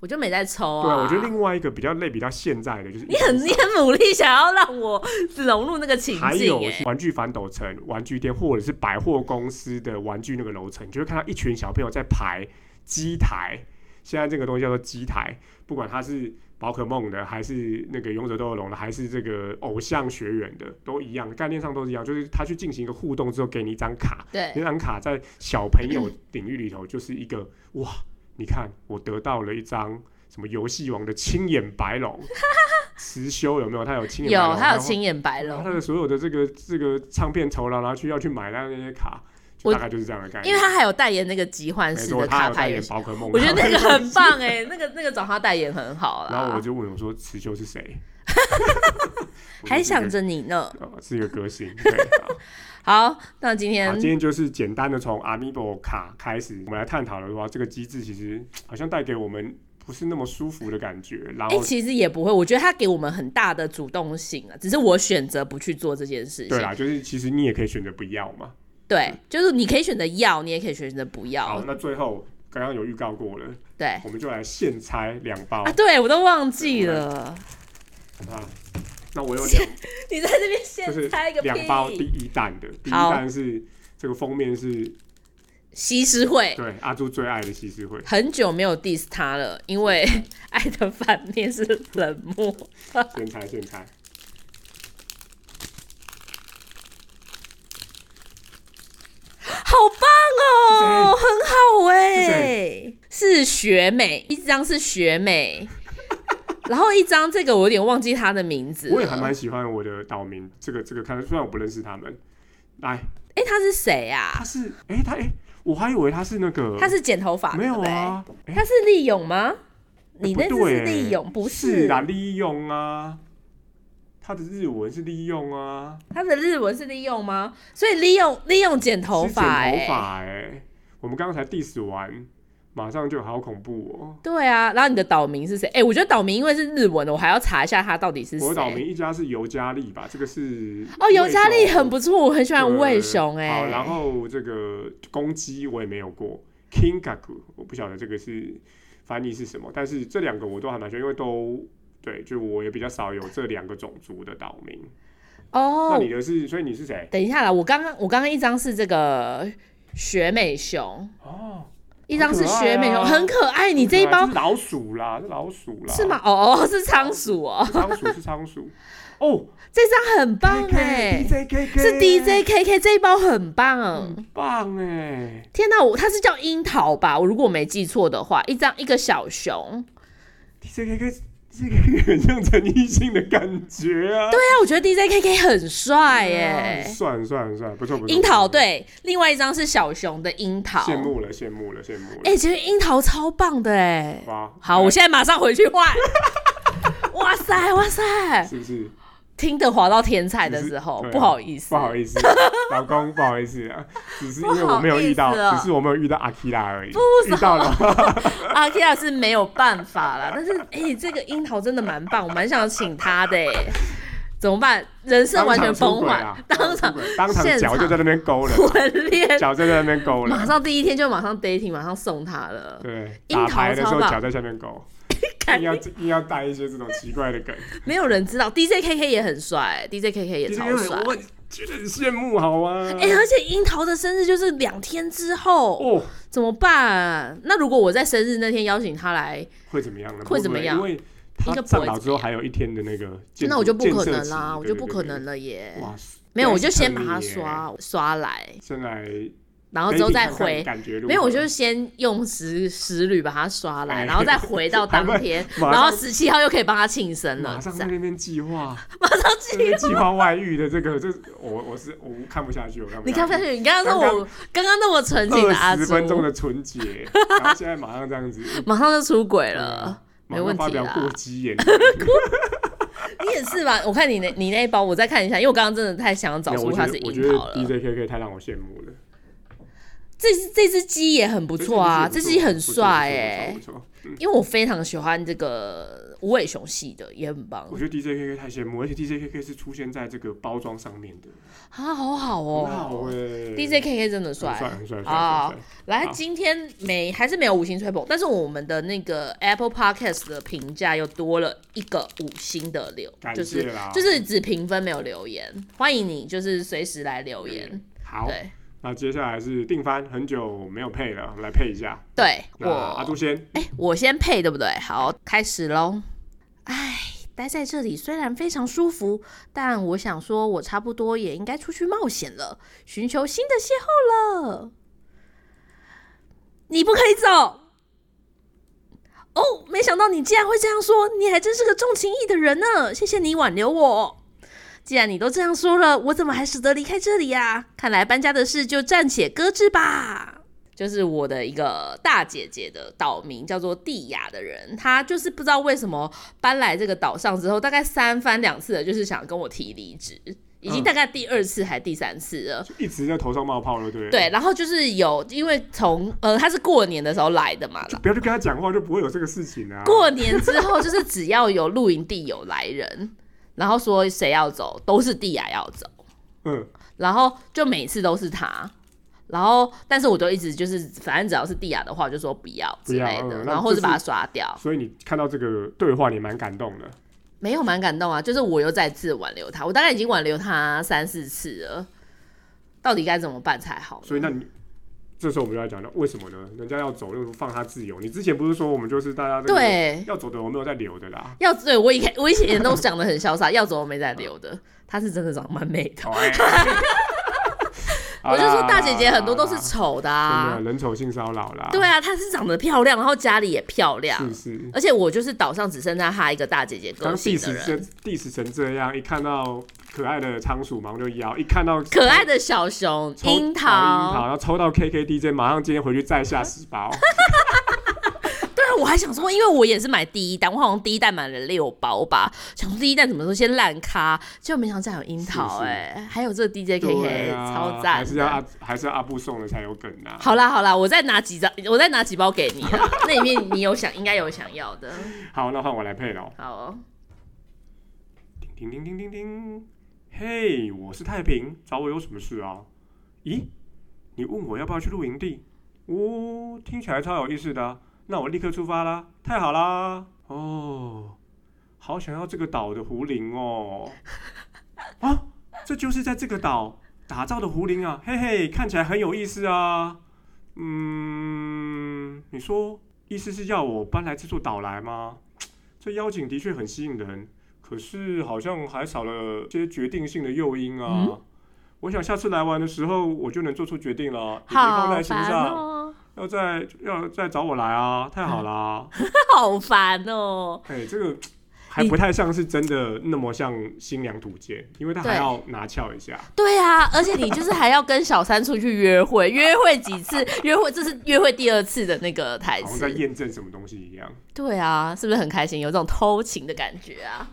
S2: 我就没在抽啊。
S1: 对啊，我觉得另外一个比较类比到现在的就是
S2: 你很你很努力想要让我融入那个情
S1: 还有
S2: 境、欸，
S1: 玩具反斗城、玩具店或者是百货公司的玩具那个楼层，你就会看到一群小朋友在排机台。现在这个东西叫做机台，不管它是宝可梦的，还是那个勇者斗恶龙的，还是这个偶像学员的，都一样，概念上都是一样，就是他去进行一个互动之后，给你一张卡，
S2: 对
S1: 那张卡在小朋友领域里头就是一个哇，你看我得到了一张什么游戏王的青眼白龙，辞修有没有？他有青眼白龙，
S2: 有他有
S1: 然后
S2: 青眼白龙
S1: 他，的所有的这个这个唱片酬劳，然后去要去买那那些卡，就
S2: 我
S1: 大概就是这样的概念。
S2: 因为他还有代言那个集幻
S1: 没
S2: 式
S1: 错，
S2: 的
S1: 他
S2: 卡
S1: 有代
S2: 牌
S1: 言
S2: 游戏，
S1: 宝可梦，
S2: 我觉得那个
S1: 然后
S2: 很棒哎、那个那个找他代言很好啦。
S1: 然后我就问我说：“辞修是 谁？”我
S2: 还
S1: 就是
S2: 想
S1: 一个
S2: 着你呢。
S1: 呃是一个歌星。对，好
S2: 好，那今天
S1: 好，今天就是简单的从 Amiibo 卡开始，我们来探讨的话，这个机制其实好像带给我们不是那么舒服的感觉。然
S2: 哎、
S1: 后，
S2: 其实也不会，我觉得他给我们很大的主动性啊，只是我选择不去做这件事情。
S1: 对啦，就是其实你也可以选择不要嘛。
S2: 对就是你可以选择要，你也可以选择不
S1: 好
S2: 要，。
S1: 那最后刚刚有预告过了，
S2: 对啊，
S1: 我们就来现拆两包啊。
S2: 对我都忘记了，
S1: 那我有两，
S2: 你在这边
S1: 就是
S2: 先猜一个
S1: 两包第
S2: 屁，
S1: 一弹的，第一
S2: 好
S1: 弹是这个封面是
S2: 西施会。
S1: 对阿朱最爱的西施会，
S2: 很久没有 diss 他了，因为 爱的反面是冷漠。
S1: 现拆现拆。
S2: 哦，很好哎、
S1: 是
S2: 是学美，一张是学美， 然后一张这个我有点忘记他的名字了。
S1: 我也还蛮喜欢我的岛民这个这个看，虽然我不认识他们。来，
S2: 哎、他是谁啊
S1: 他？是哎、他哎、我还以为他是那个，
S2: 他是剪头发，
S1: 呃没有
S2: 对不对
S1: 啊？哎
S2: 他是利勇吗？你
S1: 不
S2: 那只
S1: 对
S2: 是利勇，不
S1: 是啦，利用啊，他的日文是利用啊，
S2: 他的日文是利用吗？所以利用利用剪头
S1: 是剪
S2: 发、欸，
S1: 头发哎、我们刚刚才 diss 完，马上就好恐怖哦。
S2: 对啊，然后你的岛民是谁？哎、我觉得岛民因为是日文的，我还要查一下他到底是谁。
S1: 我岛民一家是尤加利吧，这个是
S2: 哦，尤加利很
S1: 不
S2: 不错，我很喜欢魏雄
S1: 好，
S2: 哎、
S1: 然后这个公鸡我也没有过，Kingaku 我不晓得这个是翻译是什么，但是这两个我都还蛮喜欢，因为都对，就我也比较少有这两个种族的岛民。那
S2: 哦
S1: 你，的是，所以你是谁？
S2: 等一下啦，我刚刚我刚刚一张是这个雪美熊，
S1: 哦，
S2: 一张是雪美
S1: 好
S2: 熊，
S1: 可爱啊
S2: 很可爱。你这一
S1: 这
S2: 包
S1: 是老鼠啦，是老鼠啦，
S2: 是吗？？哦哦，是仓鼠哦，
S1: 仓鼠是仓 鼠，哦，
S2: 这张很棒哎、
S1: ，DJ KK
S2: 是 DJ KK 这一包很棒。
S1: 很棒哎，
S2: 天哪，我它是叫樱桃吧？我如果没记错的话，一张一个小熊。
S1: DJ KK 这个很像陈奕迅的感觉啊，
S2: 对啊，我觉得 DJ KK 很帅耶、
S1: 啊算了算了算了，不错不错，
S2: 樱桃
S1: 不错，
S2: 对，另外一张是小熊的樱桃。
S1: 羡慕了羡慕了羡慕了，
S2: 哎、其实樱桃超棒的哎、
S1: 好吧，
S2: 好，我现在马上回去 换。哇塞哇塞！
S1: 是不是
S2: 听得滑到天才的时候，
S1: 对啊
S2: 哦不好意思，
S1: 不好意思，老公不好意思啊，只是因为
S2: 不好
S1: 我没有遇
S2: 意思啊
S1: 到，只是我没有遇到阿 k 拉而已，遇到 了，
S2: 阿 k i 是没有办法啦。但是哎、这个樱桃真的蛮棒，我蛮想请他的哎、怎么办？人设完全崩坏，
S1: 当场出轨啊当场出轨当场
S2: 现
S1: 脚就
S2: 场
S1: 在那边勾了，
S2: 婚 恋，
S1: 脚就在那边勾了
S2: 马。上第一天就马上 dating，马上送他了。
S1: 对，
S2: 樱桃
S1: 打牌的时候
S2: 超棒
S1: 脚在下面勾，
S2: 看
S1: 硬要硬要带一些这种奇怪的梗。
S2: 没有人知道 DJ KK 也很帅，DJ KK 也
S1: 其实
S2: 超
S1: 因为
S2: 帅。
S1: 我觉得很羡慕，好吗？
S2: 哎、而且樱桃的生日就是两天之后，
S1: 哦，
S2: 怎么办？那如果我在生日那天邀请他来，
S1: 会怎么样呢？
S2: 会怎么样
S1: 不因为他
S2: 应该不
S1: 上
S2: 会
S1: 岛之后还有一天的那个建筑，
S2: 那我就不可能
S1: 建设
S2: 啦，
S1: 期
S2: 我就不可。能
S1: 对
S2: 了
S1: 对
S2: 耶
S1: 对。哇塞，
S2: 没有，
S1: 对
S2: 我就先把
S1: 是
S2: 它
S1: 坑你耶，
S2: 刷刷来，
S1: 先来，
S2: 然后之后
S1: dating
S2: 再
S1: 看看
S2: 回。
S1: 感觉如何
S2: 没有，我就是先用十十旅把它刷来，
S1: 哎
S2: 然后再回到当天，
S1: 还会马上
S2: 然后十七号又可以帮他庆生了
S1: 马，上
S2: 这
S1: 在
S2: 样
S1: 那边计 划，马上计计划外遇的这个，这我我是我看不下去，我看不
S2: 你看不下去，你刚刚说我刚刚那么纯情的阿
S1: 二十
S2: 朱，
S1: 分钟的纯洁，然后现在马上这 样子，
S2: 马上就出轨
S1: 对
S2: 了
S1: 啊。
S2: 没问题
S1: 马上发
S2: 啦
S1: 表过激 言，
S2: 你也是吧？我看你那你那一包，我再看一下，因为我刚刚真的太想找
S1: 没有
S2: 出
S1: 我觉
S2: 它
S1: 得
S2: 是
S1: 我
S2: 樱
S1: 觉得
S2: 桃了。
S1: DJKK 太让我羡慕了，
S2: 这只这只鸡也很不
S1: 不
S2: 错啊，这只很帅
S1: 哎
S2: 哎、，
S1: 不错不错不错
S2: 因为我非常喜欢这个无尾熊系的，也很棒
S1: 我觉得 DJKK 太羡慕，而且 DJKK 是出现在这个包装上面的，
S2: 啊，好好
S1: 很好
S2: 哦、
S1: 哎
S2: d j K K 真的
S1: 很帅很
S2: 帅。
S1: 帅很帅很
S2: 好
S1: 帅，
S2: 来，
S1: 好
S2: 今天没还是没有五星吹捧，但是我们的那个 Apple Podcast 的评价又多了一个五星的留，
S1: 感
S2: 就
S1: 谢啊
S2: 是
S1: 啦，
S2: 就是只评分没有留言，欢迎你就是随时来留言。
S1: 好。
S2: 对
S1: 那接下来是定番，很久没有配了，我们来配一下。
S2: 对，
S1: 那阿
S2: 我
S1: 杜先，
S2: 哎、我先配对不对？好，开始喽。哎，待在这里虽然非常舒服，但我想说，我差不多也应该出去冒险了，寻求新的邂逅了。你不可以走。哦，没想到你竟然会这样说，你还真是个重情义的人呢。谢谢你挽留我。既然你都这样说了，我怎么还舍得离开这里呀、看来搬家的事就暂且搁置吧。就是我的一个大姐姐的岛民，叫做蒂亚的人，她就是不知道为什么搬来这个岛上之后，大概三番两次的，就是想跟我提离职，已经大概第二次还第三次了。
S1: 就一直在头上冒泡了，对不
S2: 对，？然后就是有，因为从呃，她是过年的时候来的嘛，
S1: 就不要去跟他讲话，就不会有这个事情啊。
S2: 过年之后，就是只要有露营地有来人，然后说谁要走，都是地雅要走，
S1: 嗯，
S2: 然后就每次都是他。然后，但是我都一直就是，反正只要是地雅的话，我就说不要之类
S1: 不要
S2: 的，
S1: 嗯
S2: 然后或是把他刷掉。
S1: 所以你看到这个对话，你蛮感动的。
S2: 没有蛮感动啊，就是我又再次挽留他，我大概已经挽留他三四次了，到底该怎么办才好呢？
S1: 所以那你这时候我们就要讲到为什么呢？人家要走，又放他自由。你之前不是说我们就是大家这个
S2: 对，
S1: 要走的，我没有在留的啊 啦。
S2: 要对我以前我以前都想的
S1: 哎
S2: 很潇洒，要走我没再留的，他是真的长得蛮美的。
S1: 好哎，
S2: 我就说大姐姐很多都
S1: 好
S2: 是
S1: 啦
S2: 丑的
S1: 好啦真
S2: 啊
S1: 的，人丑性骚扰啦，
S2: 对啊，她是长得漂亮，然后家里也漂亮
S1: 是，不是？
S2: 而且我就是岛上只剩下她一个大姐姐
S1: 刚
S2: 个
S1: diss
S2: 性的
S1: 成
S2: 人，
S1: diss 成这样，一看到可爱的仓鼠马上就要，一看到
S2: 可爱的小熊、
S1: 抽
S2: 樱
S1: 桃樱桃，
S2: 桃。
S1: 然后抽到 KKDJ，马上今天回去再下十 包，
S2: 对啊，我还想说，因为我也是买第一单，我好像第一单买了六包吧，想说第一单什么时候先烂咖，结果没想到有樱桃
S1: 是是
S2: 哎、还有这个 DJKK、
S1: 对啊，
S2: 超赞
S1: 还是
S2: 的
S1: 要阿还是要阿布送的才有梗啊。
S2: 好啦好啦，我再拿几张，我再拿几包给你啦。那里面你有想应该有想要的，
S1: 好，那换我来配喽。
S2: 好、哦。
S1: 叮叮叮叮叮，嘿，我是太平，找我有什么事啊？咦，你问我要不要去露营地？哦，听起来超有意思的啊，那我立刻出发啦！太好啦！哦，好想要这个岛的胡林哦。 啊，这就是在这个岛打造的胡林啊，嘿嘿，看起来很有意思啊。嗯，你说意思是要我搬来这座岛来吗？这邀请的确很吸引人，可是好像还少了些决定性的诱因啊。
S2: 嗯
S1: 我想下次来玩的时候，我就能做出决定了，你别放
S2: 好
S1: 在心
S2: 烦
S1: 上。
S2: 哦，
S1: 要再要再找我来 啊，太好啦、
S2: 好烦哦。
S1: 哎、这个还不太像是真的那么像新娘土见，因为他还
S2: 对
S1: 要拿翘一下。
S2: 对啊，而且你就是还要跟小三出去约会，约会几次？约会这是约会第二次的那个台
S1: 好像在
S2: 词。
S1: 验证什么东西一样。
S2: 对啊，是不是很开心？有种偷情的感觉啊？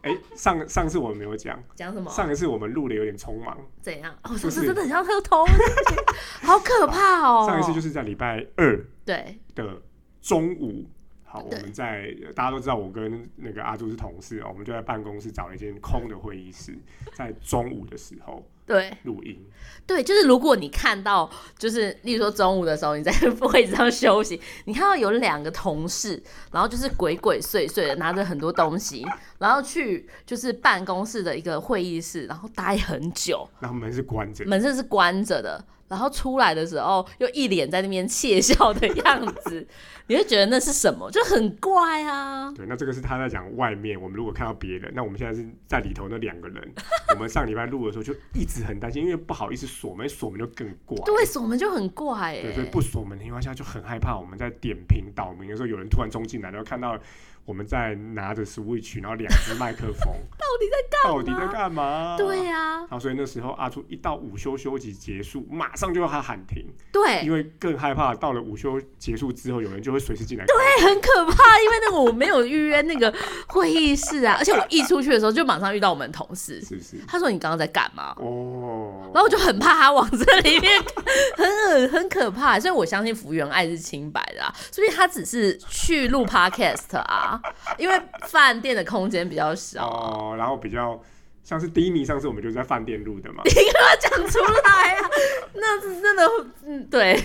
S1: 哎、上上次我们没有讲，
S2: 讲什么？
S1: 上一次我们录的有点匆忙，
S2: 怎样？哦，
S1: 不
S2: 是
S1: 是
S2: 不是真的很像偷偷情？好可怕哦！
S1: 上一次就是在礼拜二
S2: 对
S1: 的中午。好，我
S2: 对
S1: 们在大家都知道，我跟那个阿朱是同事哦，我们就在办公室找了一间空的会议室，在中午的时候
S2: 对
S1: 录音。
S2: 对，就是如果你看到，就是例如说中午的时候你在 位置上休息，你看到有两个同事，然后就是鬼鬼祟祟的拿着很多东西，然后去就是办公室的一个会议室，然后待很久，
S1: 然后门是关着的，
S2: 门是是关着的，然后出来的时候又一脸在那边窃笑的样子，你会觉得那是什么？就很怪啊。
S1: 对，那这个是他在讲外面。我们如果看到别人，那我们现在是在里头那两个 人。我们上礼拜录的时候就一直很担心，因为不好意思锁门，锁门就更怪。
S2: 对，所以我们就很怪哎、
S1: 对所以不锁门的情况下就很害怕。我们在点评岛民的时候，有人突然冲进来，然后看到我们在拿着 Switch，然后两只麦克风， 到底在干嘛？
S2: 对啊
S1: 呀、
S2: 呀、
S1: 然后所以那时候阿朱一到午休休息结束，马上就要他喊停，
S2: 对，
S1: 因为更害怕到了午休结束之后，有人就会随时进来。
S2: 哎、很可怕，因为那个我没有预约那个会议室啊，而 且我一出去的时候就马上遇到我们同事，
S1: 是不是？
S2: 他说你刚刚在干嘛？
S1: 哦，
S2: 然后我就很怕他往这里面，很恶很可怕，所以我相信福原爱是清白的啊，所以他只是去录 podcast 啊，因为饭店的空间比较小，
S1: 哦，然后比较像是低迷，上次我们就是在饭店录的 嘛，
S2: 他讲出来啊，那是真的，嗯，对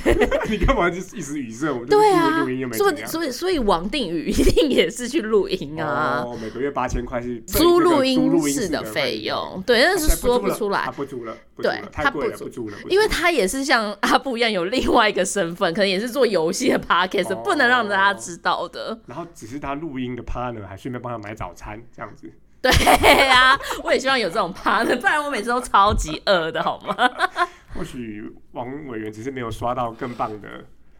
S1: 你干嘛就一时语塞？我们就
S2: 对
S1: 录
S2: 啊
S1: 录音又，没
S2: 所
S1: 怎
S2: 以
S1: 样。
S2: 所以所以王定宇一定也是去录音啊，
S1: 哦，每个月八千块是
S2: 租
S1: 那个
S2: 录
S1: 租
S2: 音
S1: 录音
S2: 室的
S1: 的
S2: 费
S1: 用，
S2: 用，对，但
S1: 他
S2: 是
S1: 才
S2: 说
S1: 租
S2: 不
S1: 了
S2: 出来
S1: 他。不租了，不租
S2: 对
S1: 了，太
S2: 他
S1: 贵
S2: 不
S1: 了，
S2: 租
S1: 不租了，不
S2: 因为
S1: 租了
S2: 他也是像 阿布一样有另外一个身份，可能也是做游戏的 podcast，、
S1: 哦
S2: 不能让大家知道的。
S1: 然后只是他录音的 partner 还顺便帮他买早餐这样子，
S2: 对啊，我也希望有这种 partner，不然我每次都超级饿的好吗？
S1: 或许王委员只是没有刷到更棒的。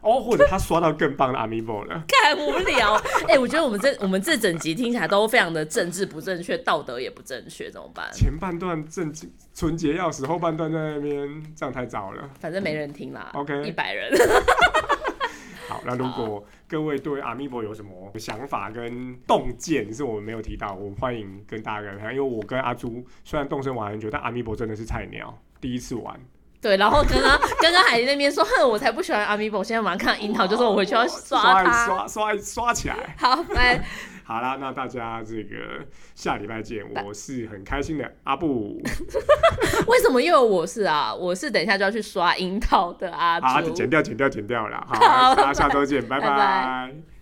S1: 哦，或者他刷到更棒的 Amiibo 了，
S2: 太无聊。哎、我觉得我们这我们这整集听起来都非常的政治不正确，道德也不正确，怎么办？
S1: 前半段正经纯洁钥匙，后半段在那边，这样太早了。
S2: 反正没人听啦
S1: OK
S2: 一百人。
S1: 好，那如果各位对 Amiibo 有什么想法跟洞见是我们没有提到，我们欢迎跟大家聊聊。因为我跟阿朱虽然动身玩很久，但 Amiibo 真的是菜鸟，第一次玩。
S2: 对，然后刚刚刚刚海那边说，哼，我才不喜欢 Amiibo，现在马上看到樱桃就说我回去
S1: 哦
S2: 要
S1: 刷一
S2: 它。
S1: 刷刷一刷起来。
S2: 好，拜。
S1: 好啦，那大家这个下 礼拜见，我是很开心的阿 布，
S2: 为什么又有我是啊？我是等一下就要去刷樱桃的阿
S1: 好，
S2: 朱。
S1: 剪掉剪掉剪掉啦。好，
S2: 好
S1: 大家下周见，拜
S2: 拜
S1: 拜
S2: 拜